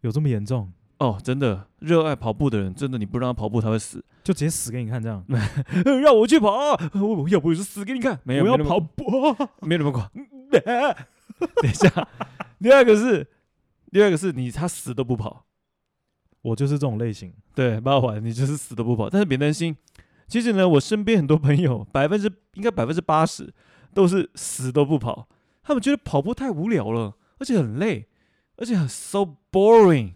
Speaker 1: 有这么严重，
Speaker 2: 哦，真的，热爱跑步的人，真的你不让他跑步，他会死。
Speaker 1: 就直接死给你看这样。
Speaker 2: 呃让我去跑，我要不就死给你看。没有，
Speaker 1: 我要
Speaker 2: 没那么
Speaker 1: 跑，步，
Speaker 2: 没有那么快。等一下， 第二个是，第二个是你他死都不跑。
Speaker 1: 我就是这种类型。
Speaker 2: 对，八完你就是死都不跑，但是别担心。其实呢，我身边很多朋友，百分之应该百分之八十都是死都不跑，他们觉得跑步太无聊了，而且很累，而且很 so boring。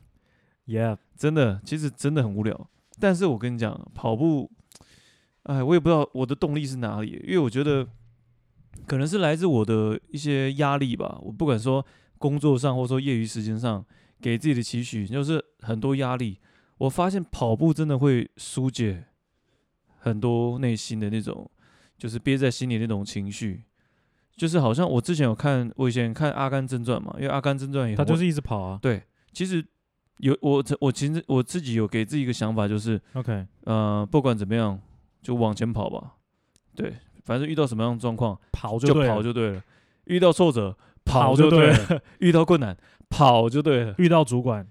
Speaker 1: Yeah，
Speaker 2: 真的，其实真的很无聊。但是我跟你讲，跑步，哎，我也不知道我的动力是哪里，因为我觉得可能是来自我的一些压力吧。我不管说工作上，或者说业余时间上，给自己的期许就是很多压力。我发现跑步真的会疏解很多内心的那种，就是憋在心里那种情绪。就是好像我之前有看，我以前看《阿甘正传》嘛，因为《阿甘正传》也
Speaker 1: 他
Speaker 2: 很
Speaker 1: 就是一直跑啊。
Speaker 2: 对，其实有我这我其实我自己有给自己一个想法，就是
Speaker 1: OK，
Speaker 2: 呃，不管怎么样，就往前跑吧。对，反正遇到什么样的状况
Speaker 1: 跑就
Speaker 2: 就
Speaker 1: 对了
Speaker 2: 跑就对了，遇到挫折跑
Speaker 1: 跑
Speaker 2: 就
Speaker 1: 就
Speaker 2: 对
Speaker 1: 对
Speaker 2: 了，遇到困难跑就对 了，
Speaker 1: 遇到主管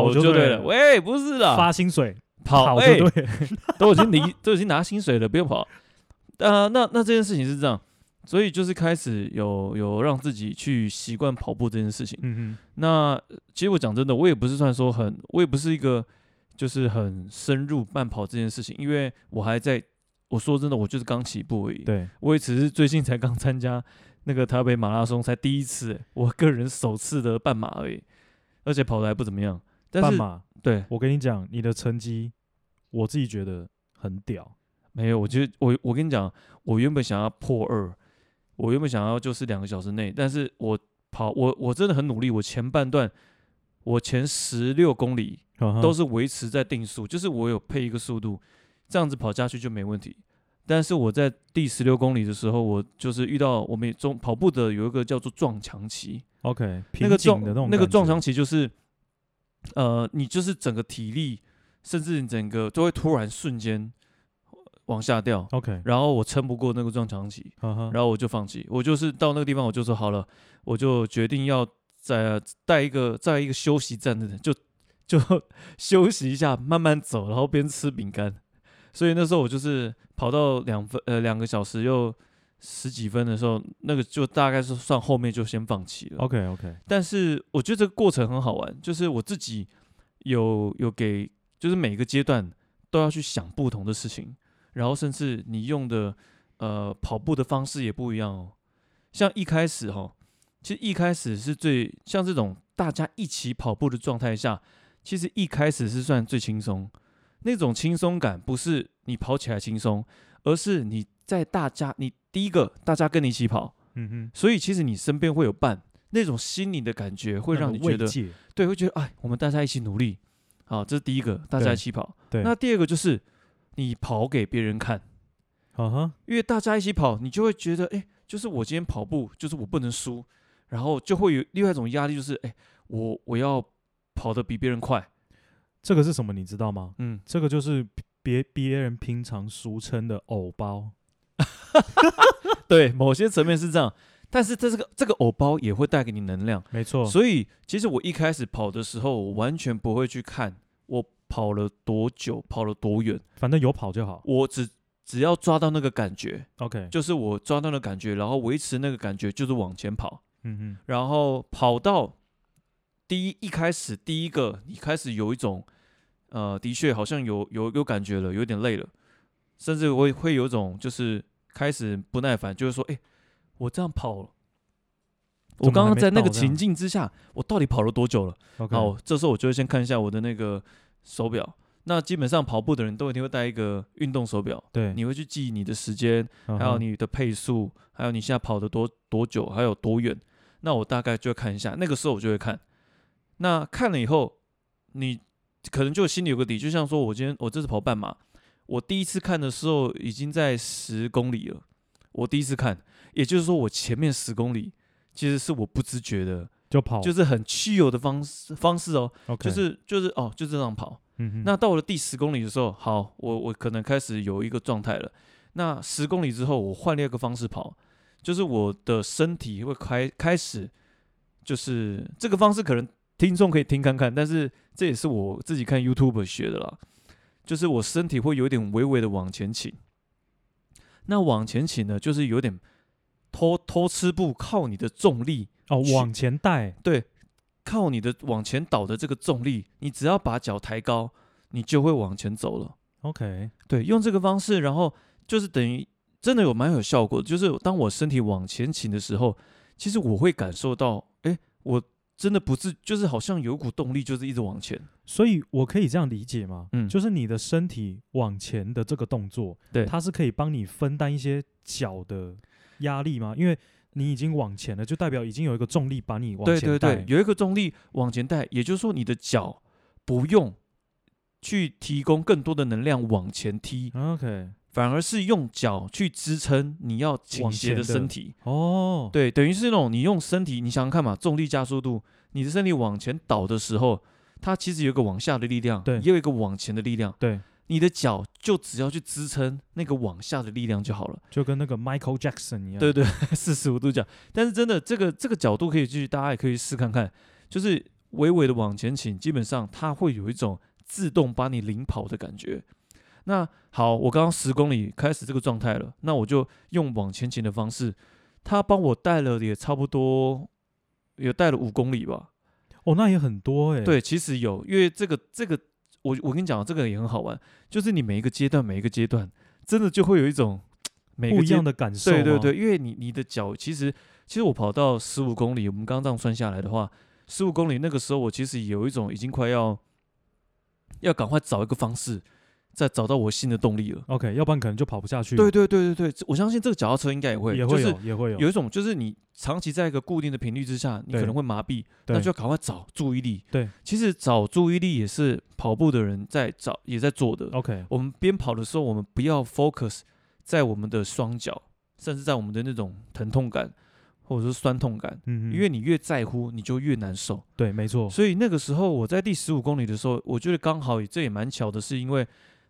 Speaker 1: 跑就
Speaker 2: 对
Speaker 1: 对
Speaker 2: 了。
Speaker 1: 了
Speaker 2: 喂，不是啦，
Speaker 1: 发薪水，就
Speaker 2: 跑哎，
Speaker 1: 对 了。
Speaker 2: 都已 经离都已经拿薪水了，不用跑。呃，那那这件事情是这样，所以就是开始有有让自己去习惯跑步这件事情。
Speaker 1: 嗯
Speaker 2: 那呃其实我讲真的，我也不是算说很，我也不是一个就是很深入慢跑这件事情，因为我还在，我说真的，我就是刚起步而已
Speaker 1: 哼，。对，
Speaker 2: 我也只是最近才刚参加那个台北马拉松，才第一次，欸我个人首次的半马而已，而且跑的还不怎么样。但
Speaker 1: 半
Speaker 2: 是
Speaker 1: 马，
Speaker 2: 对，
Speaker 1: 我跟你讲，你的成绩，我自己觉得很屌。
Speaker 2: 没有，我觉得我我跟你讲，我原本想要破二，我原本想要就是两个小时内，但是我跑我我真的很努力，我前半段我前十六公里嗯都
Speaker 1: 都
Speaker 2: 是维持在定速，就是我有配一个速度，这样子跑下去就没问题。但是我在第十六公里的时候，我就是遇到我们也中跑步的有一个叫做撞墙期，
Speaker 1: OK，
Speaker 2: 那
Speaker 1: 瓶
Speaker 2: 个
Speaker 1: 颈
Speaker 2: 撞
Speaker 1: 的那种
Speaker 2: 那个
Speaker 1: 感
Speaker 2: 撞
Speaker 1: 觉
Speaker 2: 墙期就是，呃，你就是整个体力，甚至你整个都会突然瞬间往下掉，
Speaker 1: OK，嗯
Speaker 2: 然后我撑不过那个撞墙期，
Speaker 1: 然后
Speaker 2: 然后我就放弃，我就是到那个地方，我就说好了，我就决定要在带一个在一个休息站的，就就 休息一下，慢慢走，然后边吃饼干。所以那时候我就是跑到两分呃两个小时又十几分的时候，那个就大概是算后面就先放弃了。
Speaker 1: OK OK，
Speaker 2: 但是我觉得这个过程很好玩，就是我自己有有给，就是每个阶段都要去想不同的事情，然后甚至你用的呃跑步的方式也不一样哦。像一开始哈、其实一开始是最像这种大家一起跑步的状态下，其实一开始是算最轻松，那种轻松感不是你跑起来轻松，而是你在大家你第一个大家跟你一起跑，
Speaker 1: 嗯哼，
Speaker 2: 所以其实你身边会有伴，那种心灵的感觉会
Speaker 1: 那
Speaker 2: 让
Speaker 1: 个
Speaker 2: 你
Speaker 1: 慰
Speaker 2: 觉得，
Speaker 1: 藉
Speaker 2: 对，会觉得哎，我们大家一起努力，好，这是第一个，大家
Speaker 1: 对
Speaker 2: 一起跑。
Speaker 1: 对，
Speaker 2: 那第二个就是你跑给别人看，
Speaker 1: 啊哈，
Speaker 2: 因为大家一起跑，你就会觉得，哎，就是我今天跑步，就是我不能输，然后就会有另外一种压力，就是哎，我我要跑得比别人快，
Speaker 1: 这个是什么你知道吗？
Speaker 2: 嗯，
Speaker 1: 这个就是别别人平常俗称的“偶包
Speaker 2: 对，某些层面是这样，但是这这个这个偶包也会带给你能量。”，
Speaker 1: 没错，
Speaker 2: 所以其实我一开始跑的时候，我完全不会去看我跑了多久，跑了多远，
Speaker 1: 反正有跑就好。
Speaker 2: 我只只要抓到那个感觉，
Speaker 1: OK，
Speaker 2: 就是我抓到那个感觉，然后维持那个感觉，就是往前跑，
Speaker 1: 嗯哼，
Speaker 2: 然后跑到第一一开始第一个，你开始有一种呃，的确好像有有有感觉了，有点累了，甚至我也会有种就是开始不耐烦，就是说，哎、我这样跑了，我
Speaker 1: 怎么
Speaker 2: 刚
Speaker 1: 还
Speaker 2: 刚
Speaker 1: 没
Speaker 2: 在那
Speaker 1: 到
Speaker 2: 个
Speaker 1: 这
Speaker 2: 情
Speaker 1: 样
Speaker 2: 境之下，我到底跑了多久了？
Speaker 1: OK，
Speaker 2: 好，这时候我就会先看一下我的那个手表。那基本上跑步的人都一定会带一个运动手表，
Speaker 1: 对，嗯
Speaker 2: 你会去记你的时间，还
Speaker 1: 还
Speaker 2: 有你的配速，还有你现在跑的多多久，还有多远。那我大概就会看一下，那个时候我就会看。那看了以后，你可能就心里有个底，就像说我今天我这次跑半马，我第一次看的时候已经在十公里了，我第一次看，也就是说我前面十公里其实是我不自觉的，
Speaker 1: 就跑，
Speaker 2: 就是很稀有的方式方式哦，
Speaker 1: OK，
Speaker 2: 就是就是哦，就这样跑。
Speaker 1: 嗯哼
Speaker 2: 那到了第十公里的时候，好，我我可能开始有一个状态了。那十公里之后，我换另一个方式跑，就是我的身体会开开始，就是这个方式可能听众可以听看看，但是这也是我自己看 YouTube 学的啦，就是我身体会有点微微的往前倾。那往前倾呢，就是有点偷偷吃步，靠你的重力
Speaker 1: 哦
Speaker 2: 去
Speaker 1: 往前带，
Speaker 2: 对，靠你的往前倒的这个重力，你只要把脚抬高，你就会往前走了。
Speaker 1: OK，
Speaker 2: 对，用这个方式，然后就是等于真的有蛮有效果的。就是当我身体往前倾的时候，其实我会感受到，哎，我真的不是，就是好像有一股动力，就是一直往前。
Speaker 1: 所以我可以这样理解吗？
Speaker 2: 嗯
Speaker 1: 就是你的身体往前的这个动作，
Speaker 2: 对
Speaker 1: 它是可以帮你分担一些脚的压力吗？因为你已经往前了，就代表已经有一个重力把你往
Speaker 2: 对
Speaker 1: 前
Speaker 2: 对
Speaker 1: 带。
Speaker 2: 对，有一个重力往前带，也就是说你的脚不用去提供更多的能量往前踢，
Speaker 1: OK，
Speaker 2: 反而是用脚去支撑你要倾
Speaker 1: 往
Speaker 2: 斜的
Speaker 1: 前的
Speaker 2: 身体。
Speaker 1: 哦，
Speaker 2: 对，等于是那种你用身体，你想想看嘛，重力加速度，你的身体往前倒的时候，它其实有一个往下的力量，
Speaker 1: 对
Speaker 2: 也有一个往前的力量，
Speaker 1: 对，
Speaker 2: 你的脚就只要去支撑那个往下的力量就好了。
Speaker 1: 就跟那个 Michael Jackson 一样。
Speaker 2: 对对， 四十五度角。但是真的，这个这个角度可以去，大家也可以试看看，就是微微的往前倾，基本上它会有一种自动把你领跑的感觉。那好，我刚刚十公里开始这个状态了，那我就用往前倾的方式，它帮我带了也差不多，也带了五公里吧。
Speaker 1: 哦，那也很多哎、，
Speaker 2: 对，其实有，因为这个这个，我我跟你讲，这个也很好玩，就是你每一个阶段每一个阶段，真的就会有一种每个
Speaker 1: 不一
Speaker 2: 阶
Speaker 1: 样的感受。
Speaker 2: 对对对，，因为你你的脚其实其实我跑到十五公里，我们刚刚这样算下来的话，十五公里那个时候我其实有一种已经快要要赶快找一个方式，再找到我新的动力了。
Speaker 1: OK，要不然可能就跑不下去。
Speaker 2: 对对对对对，我相信这个脚踏车应该也会，
Speaker 1: 也会
Speaker 2: 就
Speaker 1: 有，
Speaker 2: 是
Speaker 1: 也会有。
Speaker 2: 有一种就是你长期在一个固定的频率之下，你可
Speaker 1: 对
Speaker 2: 能会麻痹，
Speaker 1: 对
Speaker 2: 那就要赶快找注意力。
Speaker 1: 对，
Speaker 2: 其实找注意力也是跑步的人在找也在做的。
Speaker 1: OK，
Speaker 2: 我们边跑的时候，我们不要 focus 在我们的双脚，甚至在我们的那种疼痛感或者是酸痛感，
Speaker 1: 嗯哦哼，
Speaker 2: 因为你越在乎，你就越难受。
Speaker 1: 对，没错，
Speaker 2: 所以那个时候我在第十五公里的时候，我觉得刚好也这也蛮巧的，是因为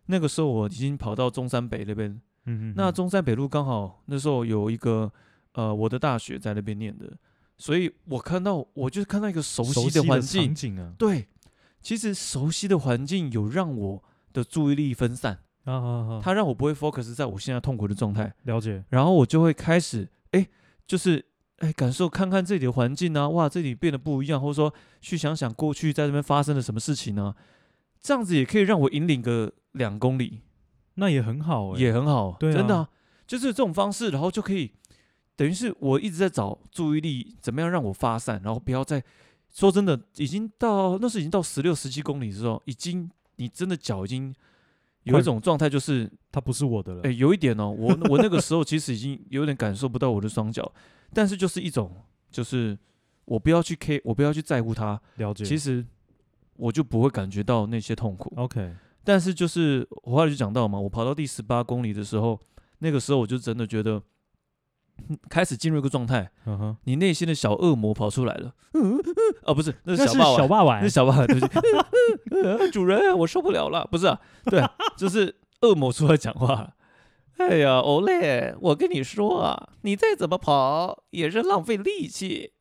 Speaker 2: 那个时候我已经跑到中山北那边，
Speaker 1: 嗯哼，
Speaker 2: 那中山北路刚好那时候有一个呃我的大学在那边念的，所以我看到我就是看到一个熟悉的环境
Speaker 1: 场，景啊，
Speaker 2: 对，其实熟悉的环境有让我的注意力分散。
Speaker 1: 啊啊啊，
Speaker 2: 它让我不会 focus 在我现在痛苦的状态，
Speaker 1: 了解，
Speaker 2: 然后我就会开始，哎，就是哎，感受看看这里的环境啊，哇，这里变得不一样，或者说去想想过去在这边发生了什么事情呢、这样子也可以让我引领个两公里，
Speaker 1: 那也很好哎、
Speaker 2: 也很好，
Speaker 1: 对
Speaker 2: 真的、
Speaker 1: 啊
Speaker 2: 啊，就是这种方式，然后就可以，等于是我一直在找注意力怎么样让我发散，然后不要再说真的，已经到那是已经到十六、十七公里之后，已经你真的脚已经有
Speaker 1: 快
Speaker 2: 一种状态，就是
Speaker 1: 它不是我的了。
Speaker 2: 哎、有一点哦，我我那个时候其实已经有点感受不到我的双脚，但是就是一种，就是我不要去 K，我不要去在乎它，
Speaker 1: 了解，
Speaker 2: 其实我就不会感觉到那些痛苦。
Speaker 1: OK，
Speaker 2: 但是就是我后来就讲到嘛，我跑到第十八公里的时候，那个时候我就真的觉得嗯开始进入一个状态，
Speaker 1: 嗯哼，
Speaker 2: 你内心的小恶魔跑出来了， 啊，不是，那是
Speaker 1: 那
Speaker 2: 小
Speaker 1: 是
Speaker 2: 霸王，
Speaker 1: 小霸王
Speaker 2: 那，小霸王，对 不起，呃主人，我受不了了，不是、啊，对啊、就是恶魔出来讲话了。哎呀，欧嘞，我跟你说啊，你再怎么跑也是浪费力气。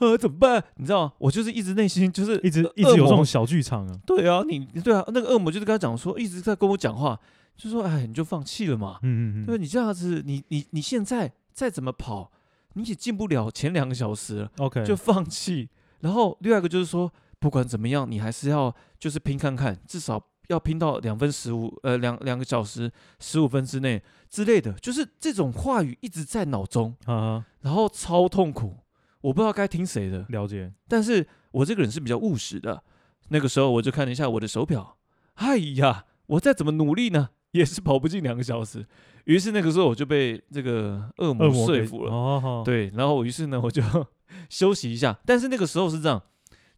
Speaker 2: 呃，怎么办？你知道吗？我就是一直内心就是
Speaker 1: 一直
Speaker 2: 呃
Speaker 1: 一直有
Speaker 2: 恶
Speaker 1: 这
Speaker 2: 魔
Speaker 1: 种小剧场啊。
Speaker 2: 对啊，你对啊，那个恶魔就是跟他讲说，一直在跟我讲话，就说哎，你就放弃了嘛。
Speaker 1: 嗯嗯
Speaker 2: 对，啊
Speaker 1: 嗯
Speaker 2: 你这样子，你你你现在再怎么跑，你也进不了前两个小时了。
Speaker 1: ，OK，
Speaker 2: 就放弃。然后另外一个就是说，不管怎么样，你还是要就是拼看看，至少要拼到两分十五，呃，两两个小时十五分之内之类的，就是这种话语一直在脑中，
Speaker 1: 啊，
Speaker 2: 然后超痛苦，我不知道该听谁的。
Speaker 1: 了解，
Speaker 2: 但是我这个人是比较务实的，那个时候我就看了一下我的手表，哎呀，我再怎么努力呢，也是跑不进两个小时。于是那个时候我就被这个恶魔
Speaker 1: 恶魔
Speaker 2: 说
Speaker 1: 给
Speaker 2: 服了，
Speaker 1: 哦，好
Speaker 2: 对，然后于是呢，我就 休息一下。但是那个时候是这样，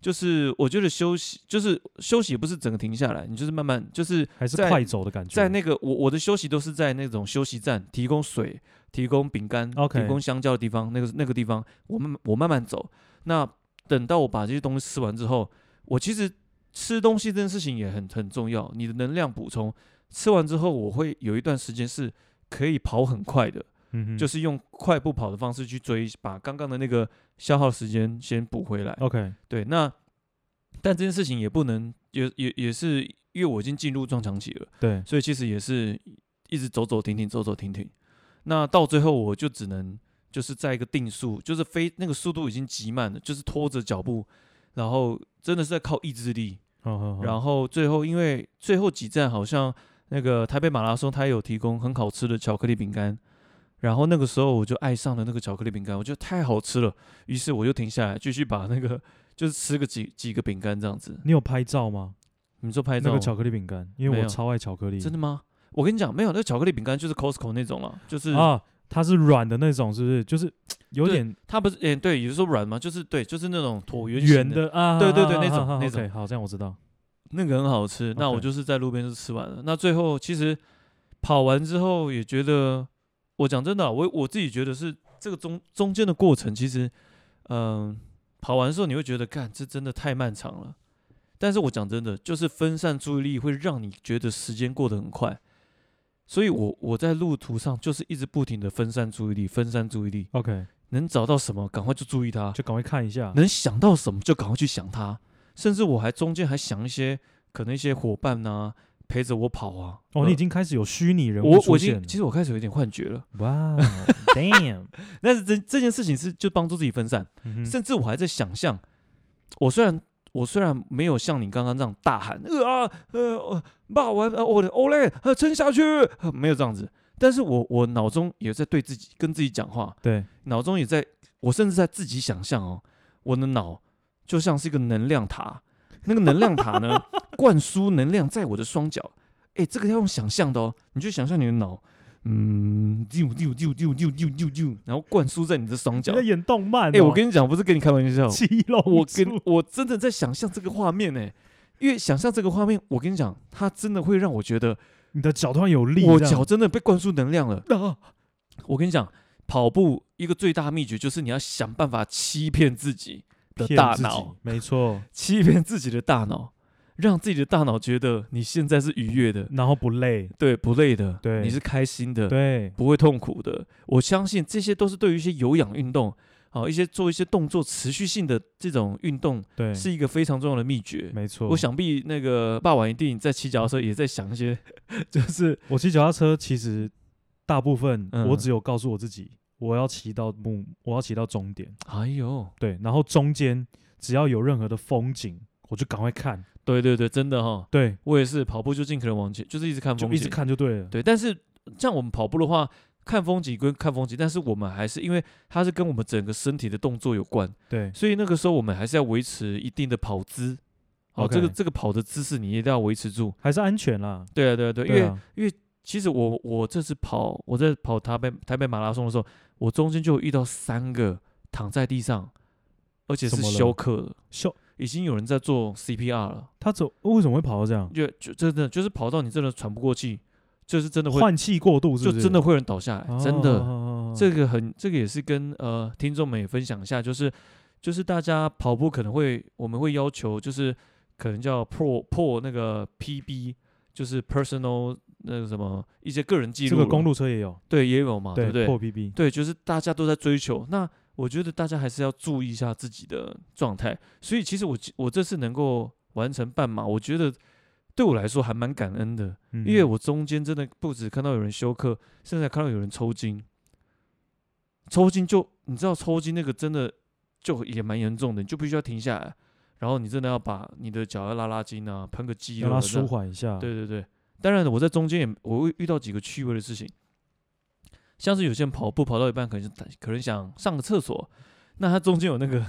Speaker 2: 就是我觉得休息，就是休息不是整个停下来，你就是慢慢，就是
Speaker 1: 还是
Speaker 2: 在
Speaker 1: 快走的感觉，
Speaker 2: 在那个我我的休息都是在那种休息站提供水、提供饼干、
Speaker 1: OK
Speaker 2: 提供香蕉的地方，那个那个地方，我慢慢我慢慢走。那等到我把这些东西吃完之后，我其实吃东西这件事情也很很重要，你的能量补充。吃完之后，我会有一段时间是可以跑很快的，
Speaker 1: 嗯哼，
Speaker 2: 就是用快步跑的方式去追，把刚刚的那个消耗时间先补回来。
Speaker 1: OK，
Speaker 2: 对，那但这件事情也不能，也也也是因为我已经进入撞墙期了，
Speaker 1: 对，
Speaker 2: 所以其实也是一直走走停停，走走停停。那到最后我就只能就是在一个定速，就是飞那个速度已经极慢了，就是拖着脚步，然后真的是在靠意志力，
Speaker 1: 好好好，
Speaker 2: 然后最后因为最后几站好像那个台北马拉松，它有提供很好吃的巧克力饼干，然后那个时候我就爱上了那个巧克力饼干，我觉得太好吃了，于是我就停下来继续把那个就是吃个几几个饼干这样子。
Speaker 1: 你有拍照吗？
Speaker 2: 你说拍照
Speaker 1: 那
Speaker 2: 吗
Speaker 1: 个巧克力饼干，因
Speaker 2: 没
Speaker 1: 为我
Speaker 2: 有
Speaker 1: 超爱巧克力，
Speaker 2: 真的吗？我跟你讲，没有，那个巧克力饼干就是 Costco 那种了，就是
Speaker 1: 啊，它是软的那种，是不是？就是有
Speaker 2: 对
Speaker 1: 点
Speaker 2: 它不是，诶、对，也就是说软嘛，就是对，就是那种椭圆形
Speaker 1: 圆的啊，
Speaker 2: 对对
Speaker 1: 啊
Speaker 2: 对那
Speaker 1: 啊
Speaker 2: 种
Speaker 1: 啊
Speaker 2: 那
Speaker 1: OK，
Speaker 2: 种
Speaker 1: 好，这样我知道，
Speaker 2: 那个很好吃。那我
Speaker 1: OK
Speaker 2: 就是在路边就吃完了。那最后其实跑完之后也觉得，我讲真的啊、我我自己觉得是这个中中间的过程，其实，嗯、跑完的时候你会觉得，干这真的太漫长了。但是我讲真的，就是分散注意力会让你觉得时间过得很快。所以我我在路途上就是一直不停的分散注意力，分散注意力，
Speaker 1: OK，
Speaker 2: 能找到什么赶快就注意它，
Speaker 1: 就赶快看一下，
Speaker 2: 能想到什么就赶快去想它，甚至我还中间还想一些可能一些伙伴呐、陪着我跑啊。
Speaker 1: 哦，你已
Speaker 2: 呃
Speaker 1: 经开始有虚拟人物
Speaker 2: 我我
Speaker 1: 出
Speaker 2: 已
Speaker 1: 现
Speaker 2: 经
Speaker 1: 了，
Speaker 2: 其实我开始有点幻觉了，
Speaker 1: 哇 ，damn，
Speaker 2: 但是这这件事情是就帮助自己分散，
Speaker 1: 嗯哼
Speaker 2: 甚至我还在想象，我虽然我虽然没有像你刚刚这样大喊呃啊呃呃骂完呃我的欧嘞呃撑下去、呃没有这样子，但是我我脑中也在对自己跟自己讲话，
Speaker 1: 对，
Speaker 2: 脑中也在，我甚至在自己想象哦，我的脑就像是一个能量塔，那个能量塔 呢，灌输能量在我的双脚。哎，这个要用想象的哦，你就想象你的脑，嗯，丢丢丢丢丢丢丢丢，然后灌输在你的双
Speaker 1: 你
Speaker 2: 脚
Speaker 1: 在。演动漫哦，
Speaker 2: 哎，我跟你讲，不是跟你开玩笑，
Speaker 1: 肌肉
Speaker 2: 我
Speaker 1: 一
Speaker 2: 跟
Speaker 1: 出
Speaker 2: 我真的在想象这个画面呢。因为想象这个画面，我跟你讲，它真的会让我觉得
Speaker 1: 你的脚突然有力，
Speaker 2: 我
Speaker 1: 这样
Speaker 2: 脚真的被灌输能量了。
Speaker 1: 啊，
Speaker 2: 我跟你讲，跑步一个最大秘诀就是你要想办法欺骗自己的
Speaker 1: 骗
Speaker 2: 大
Speaker 1: 自己
Speaker 2: 脑，
Speaker 1: 没错，
Speaker 2: 欺骗自己的大脑，让自己的大脑觉得你现在是愉悦的，
Speaker 1: 然后不累，
Speaker 2: 对，不累的，
Speaker 1: 对
Speaker 2: 你是开心的，
Speaker 1: 对，
Speaker 2: 不会痛苦的。我相信这些都是对于一些有氧运动，啊，一些做一些动作持续性的这种运动，
Speaker 1: 对，
Speaker 2: 是一个非常重要的秘诀。
Speaker 1: 没错。
Speaker 2: 我，想必那个霸王一定在骑脚的时候也在想一些， 就是
Speaker 1: 我骑脚踏车其实大部分
Speaker 2: 嗯
Speaker 1: 我只有告诉我自己，我要骑到目，我要骑到终点，
Speaker 2: 哎呦，
Speaker 1: 对，然后中间只要有任何的风景，我就赶快看，
Speaker 2: 对对对，真的哈、
Speaker 1: 对，
Speaker 2: 我也是跑步就尽可能往前，就是一直看风
Speaker 1: 就
Speaker 2: 景，
Speaker 1: 一直看就对了，
Speaker 2: 对，但是像我们跑步的话，看风景归看风景，但是我们还是因为它是跟我们整个身体的动作有关，
Speaker 1: 对，
Speaker 2: 所以那个时候我们还是要维持一定的跑姿。哦，这个
Speaker 1: OK
Speaker 2: 这个跑的姿势你一定要维持住。
Speaker 1: 还是安全啦，
Speaker 2: 对啊，对啊，对啊，因
Speaker 1: 对
Speaker 2: 为
Speaker 1: 啊，
Speaker 2: 其实我我这次跑我在跑台北台北马拉松的时候，我中间就有遇到三个躺在地上，而且
Speaker 1: 怎
Speaker 2: 是
Speaker 1: 么了
Speaker 2: 休克了，
Speaker 1: 秀
Speaker 2: 已经有人在做 CPR 了，
Speaker 1: 他走为什么会跑到这样？
Speaker 2: 就就真的就是跑到你真的喘不过气，就是真的会
Speaker 1: 换气过度是
Speaker 2: 就
Speaker 1: 不是？
Speaker 2: 真的会有人倒下来，
Speaker 1: 哦，
Speaker 2: 真的。这
Speaker 1: 个
Speaker 2: 个很，这个也是跟呃听众们也分享一下，就是就是大家跑步可能会，我们会要求就是可能叫破破那个 PB，就是 personal 那个什么一些个人记
Speaker 1: 这
Speaker 2: 录。
Speaker 1: 个公路车也有，
Speaker 2: 对也有嘛，对不
Speaker 1: 破
Speaker 2: 对？
Speaker 1: PB，
Speaker 2: 对，就是大家都在追求。那我觉得大家还是要注意一下自己的状态。所以其实我我这次能够完成半马，我觉得对我来说还蛮感恩的。
Speaker 1: 嗯
Speaker 2: 因为我中间真的不止看到有人休克，甚至还看到有人抽筋。抽筋就你知道，抽筋那个真的就也蛮严重的，你就必须要停下来，然后你真的要把你的脚要拉拉筋啊，喷个肌肉
Speaker 1: 让
Speaker 2: 啊，
Speaker 1: 它
Speaker 2: 那
Speaker 1: 舒缓一下。
Speaker 2: 对对对，当然我在中间也我会遇到几个趣味的事情，像是有些人跑步跑到一半，可能可能想上个厕所，那他中间有 那个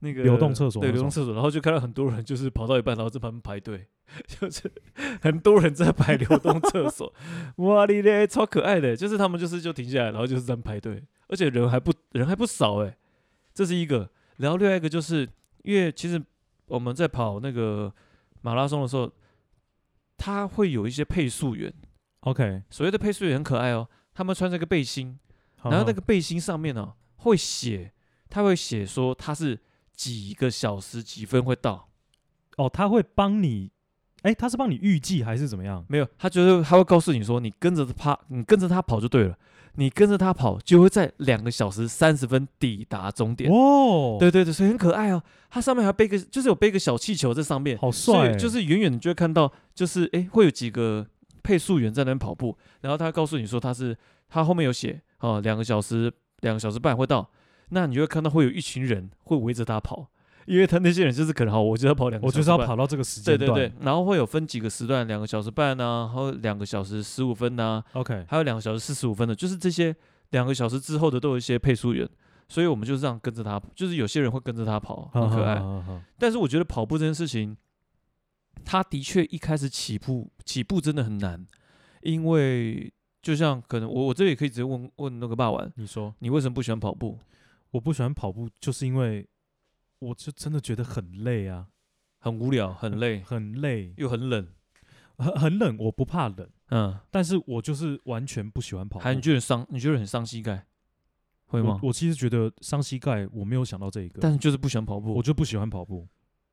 Speaker 2: 那个
Speaker 1: 流动厕所
Speaker 2: 对
Speaker 1: 那
Speaker 2: 流动
Speaker 1: 种
Speaker 2: 厕所，然后就看到很多人就是跑到一半，然后在旁边排队， 就是很多人在排流动 厕所，哇哩嘞，超可爱的，就是他们就是就停下来，然后就是在那排队，而且人还不人还不少哎，这是一个，然后另外一个就是因为其实我们在跑那个马拉松的时候，它会有一些配速员，
Speaker 1: OK，
Speaker 2: 所谓的配速员很可爱哦，他们穿这个背心，
Speaker 1: 好
Speaker 2: 然后那
Speaker 1: 好
Speaker 2: 个背心上面呢、会写，他会写说他是几个小时几分会到，
Speaker 1: 哦，他会帮你，哎，他是帮你预计还是怎么样？
Speaker 2: 没有，他就是他会告诉你说你跟着他，你跟着他跑就对了，你跟着他跑就会在两个小时三十分抵达终点。
Speaker 1: 哦，，
Speaker 2: 对对对，所以很可爱哦。它上面还背个，就是有背个小气球在上面，
Speaker 1: 好
Speaker 2: 所
Speaker 1: 帅
Speaker 2: 以
Speaker 1: 欸，
Speaker 2: 就是远远你就会看到，就是诶，会有几个配速员在那边跑步，然后他告诉你说他是他后面有写哦，两个小时两个小时半会到，那你就会看到会有一群人会围着他跑，因为他那些人就是可能好，我就要跑两个
Speaker 1: 我
Speaker 2: 小
Speaker 1: 就
Speaker 2: 时，
Speaker 1: 是要。跑到这个时间
Speaker 2: 对
Speaker 1: 段。
Speaker 2: 对对，然后会有分几个时段，两个小时半呐、然后啊两个小时十五分呐、
Speaker 1: ，OK，
Speaker 2: 还有两个小时四十五分的，就是这些两个小时之后的都有一些配速员，所以我们就这样跟着他，就是有些人会跟着他跑，很可爱。
Speaker 1: 好好好
Speaker 2: 但是我觉得跑步这件事情，他的确一开始起步起步真的很难，因为就像可能我我这里也可以直接问问那个霸王，
Speaker 1: 你说，
Speaker 2: 你为什么不喜欢跑步？
Speaker 1: 我不喜欢跑步，就是因为我就真的觉得很累啊，
Speaker 2: 很无聊，很累，
Speaker 1: 很累，
Speaker 2: 又很冷，
Speaker 1: 很很冷，我不怕冷，
Speaker 2: 嗯，
Speaker 1: 但是我就是完全不喜欢跑步。
Speaker 2: 还你觉得伤，你觉得很伤膝盖，会吗
Speaker 1: 我？我其实觉得伤膝盖，我没有想到这一个，
Speaker 2: 但是就是不喜欢跑步，
Speaker 1: 我就不喜欢跑步。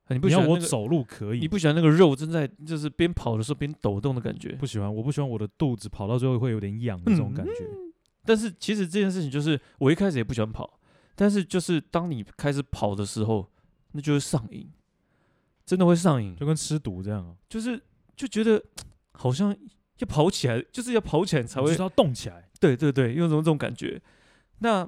Speaker 2: 你不
Speaker 1: 你要
Speaker 2: 喜欢、那
Speaker 1: 我
Speaker 2: 个
Speaker 1: 走路可以，
Speaker 2: 你不喜欢那个肉正在就是边跑的时候边抖动的感觉，
Speaker 1: 不喜欢，我不喜欢我的肚子跑到最后会有点痒的这种感觉。
Speaker 2: 嗯但是其实这件事情就是我一开始也不喜欢跑，但是就是当你开始跑的时候，那就会上瘾，真的会上瘾，
Speaker 1: 就跟吃毒这样啊，
Speaker 2: 就是就觉得好像要跑起来，就是要跑起来才
Speaker 1: 你就
Speaker 2: 会
Speaker 1: 是，要动起来。
Speaker 2: 对对对，有种这种感觉。那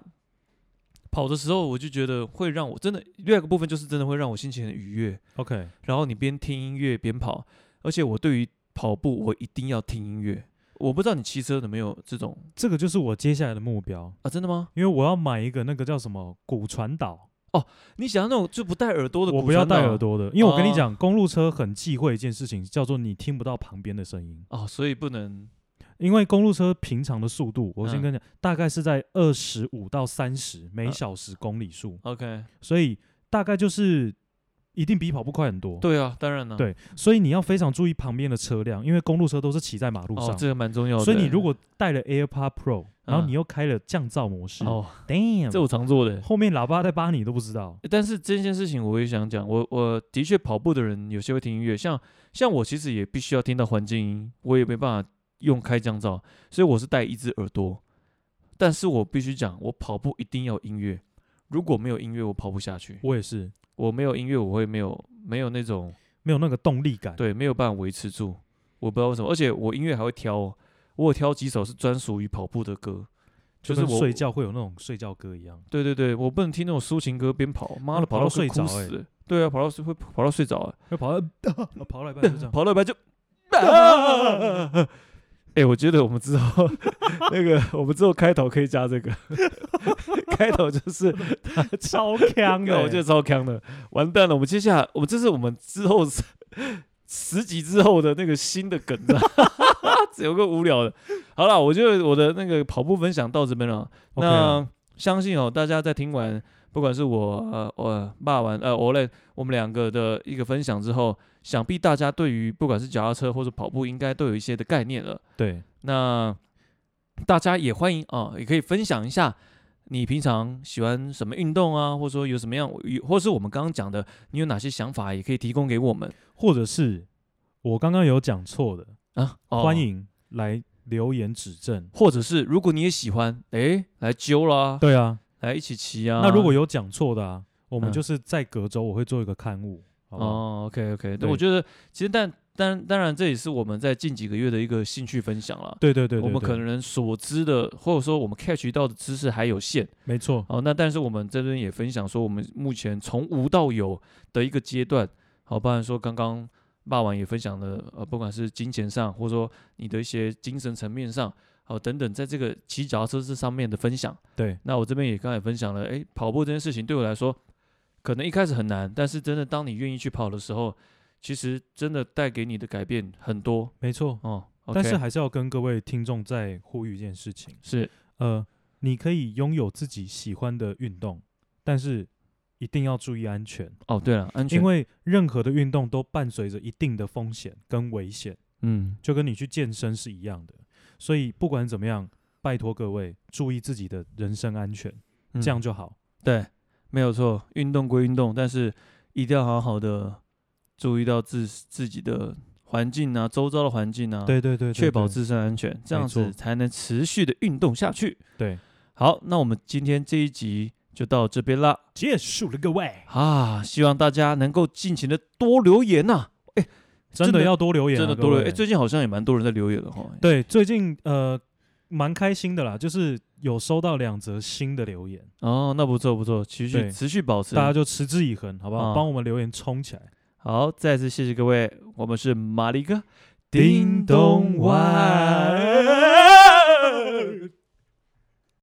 Speaker 2: 跑的时候，我就觉得会让我真的另外一个部分就是真的会让我心情很愉悦，
Speaker 1: OK，
Speaker 2: 然后你边听音乐边跑，而且我对于跑步我一定要听音乐，我不知道你骑车有没有这种
Speaker 1: 这个就是我接下来的目标，
Speaker 2: 啊，真的吗？
Speaker 1: 因为我要买一个那个叫什么骨传导，
Speaker 2: 你想要那种就不戴耳朵的骨
Speaker 1: 我
Speaker 2: 传导啊，
Speaker 1: 不要戴耳朵的，因为我跟你
Speaker 2: 哦
Speaker 1: 讲，公路车很忌讳一件事情，叫做你听不到旁边的声音。
Speaker 2: 哦，所以不能
Speaker 1: 因为公路车平常的速度，我先
Speaker 2: 嗯
Speaker 1: 跟你讲，大概是在二十五到三十每小时公里数，
Speaker 2: OK。
Speaker 1: 所以大概就是一定比跑步快很多。
Speaker 2: 对啊，当然了，
Speaker 1: 对所以你要非常注意旁边的车辆，因为公路车都是骑在马路
Speaker 2: 哦，
Speaker 1: 上，
Speaker 2: 这个蛮重要的。
Speaker 1: 所以你如果带了 AirPod Pro，然后你又开了降噪模式、
Speaker 2: 哦，
Speaker 1: d a m
Speaker 2: 这
Speaker 1: n
Speaker 2: 我常做 的。
Speaker 1: 后面喇叭在扒你都不知道。
Speaker 2: 但是这件事情我也想讲，我我的确跑步的人有些会听音乐，像像我其实也必须要听到环境音，我也没办法用开降噪，所以我是戴一只耳朵。但是我必须讲，我跑步一定要有音乐，如果没有音乐，我跑不下去。
Speaker 1: 我也是
Speaker 2: 我没有音乐，我会没有没有那种
Speaker 1: 没有那个动力感。，
Speaker 2: 对，没有办法维持住，我不知道为什么。而且我音乐还会挑、哦，我有挑几首是专属于跑步的歌。
Speaker 1: 就
Speaker 2: 就是
Speaker 1: 跟
Speaker 2: 我
Speaker 1: 睡觉会有那种睡觉歌一样。
Speaker 2: 对对对，我不能听那种抒情歌边跑，妈
Speaker 1: 嗯
Speaker 2: 的，
Speaker 1: 跑
Speaker 2: 哦
Speaker 1: 到
Speaker 2: 跑到会
Speaker 1: 睡着
Speaker 2: 哭
Speaker 1: 欸
Speaker 2: 死。对啊，跑到睡 会跑到睡着、啊，
Speaker 1: 会跑到、 跑到一半就这 样。
Speaker 2: 跑到一半就。啊哎、我觉得我们之后 那个，我们之后开头可以加这 个，开头就是
Speaker 1: 超强
Speaker 2: 那我觉得超强欸的，完蛋了！我们接下来，我们这是我们之后十十集之后的那个新的梗，只 有个无聊的。好了，我就我的那个跑步分享到这边了。
Speaker 1: OK 啊
Speaker 2: 那相信哦，大家在听完，不管是我呃我爸完呃我嘞，我们两个的一个分享之后，想必大家对于不管是脚踏车或者跑步，应该都有一些的概念了。
Speaker 1: 对，
Speaker 2: 那大家也欢迎啊、也可以分享一下你平常喜欢什么运动啊，或者说有什么样，有或是我们刚刚讲的，你有哪些想法，也可以提供给我们
Speaker 1: 或者是我刚刚有讲错的，
Speaker 2: 啊。哦
Speaker 1: 欢，迎来留言指正。
Speaker 2: 或者是如果你也喜欢，诶，来揪啦，
Speaker 1: 对啊，
Speaker 2: 来一起骑啊。
Speaker 1: 那如果有讲错的啊，我们
Speaker 2: 嗯
Speaker 1: 就是在隔周我会做一个刊物，好不好？
Speaker 2: 哦，OK OK，
Speaker 1: 对
Speaker 2: 对，我觉得其实但当当然这也是我们在近几个月的一个兴趣分享啦。
Speaker 1: 对对对对
Speaker 2: 我们
Speaker 1: 对
Speaker 2: 可能所知的，或者说我们 catch 到的知识还有限
Speaker 1: 没错，
Speaker 2: 哦。那但是我们这边也分享说，我们目前从无到有的一个阶段，好，包含说刚刚霸王也分享了，呃，不管是金钱上，或者说你的一些精神层面上，好、等等，在这个骑脚踏车这上面的分享。
Speaker 1: 对
Speaker 2: 那我这边也刚才分享了，诶，跑步这件事情对我来说，可能一开始很难，但是真的当你愿意去跑的时候，其实真的带给你的改变很多
Speaker 1: 没错。
Speaker 2: 哦。
Speaker 1: 但是
Speaker 2: OK，
Speaker 1: 还是要跟各位听众再呼吁一件事情，
Speaker 2: 是
Speaker 1: 呃，你可以拥有自己喜欢的运动，但是一定要注意安全，
Speaker 2: 哦，对了，安全，
Speaker 1: 因为任何的运动都伴随着一定的风险跟危险，
Speaker 2: 嗯，
Speaker 1: 就跟你去健身是一样的。所以不管怎么样，拜托各位注意自己的人身安全，
Speaker 2: 嗯
Speaker 1: 这样就好。
Speaker 2: 对，没有错。运动归运动，但是一定要好好的注意到自自己的环境啊，周遭的环境啊，，
Speaker 1: 对对对对
Speaker 2: 确保
Speaker 1: 对
Speaker 2: 自身安全，这
Speaker 1: 没
Speaker 2: 样
Speaker 1: 错
Speaker 2: 子才能持续的运动下去。
Speaker 1: 对
Speaker 2: 好，那我们今天这一集就到这边啦。
Speaker 1: 结束了，各位
Speaker 2: 啊，希望大家能够尽情的多留言呐、
Speaker 1: 真
Speaker 2: 真
Speaker 1: 的
Speaker 2: 的
Speaker 1: 要多留言啊、
Speaker 2: 真的
Speaker 1: 各
Speaker 2: 多留
Speaker 1: 位
Speaker 2: 言。哎、最近好像也蛮多人在留言的哈。
Speaker 1: 对，最近呃蛮开心的啦，就是有收到两则新的留言，
Speaker 2: 哦，那不错不错，持续
Speaker 1: 对
Speaker 2: 持续保持。
Speaker 1: 大家就持之以恒，好不好？
Speaker 2: 啊
Speaker 1: 帮、我们留言冲起来。
Speaker 2: 好，再次谢谢各位，我们是马力哥，
Speaker 1: 叮咚外。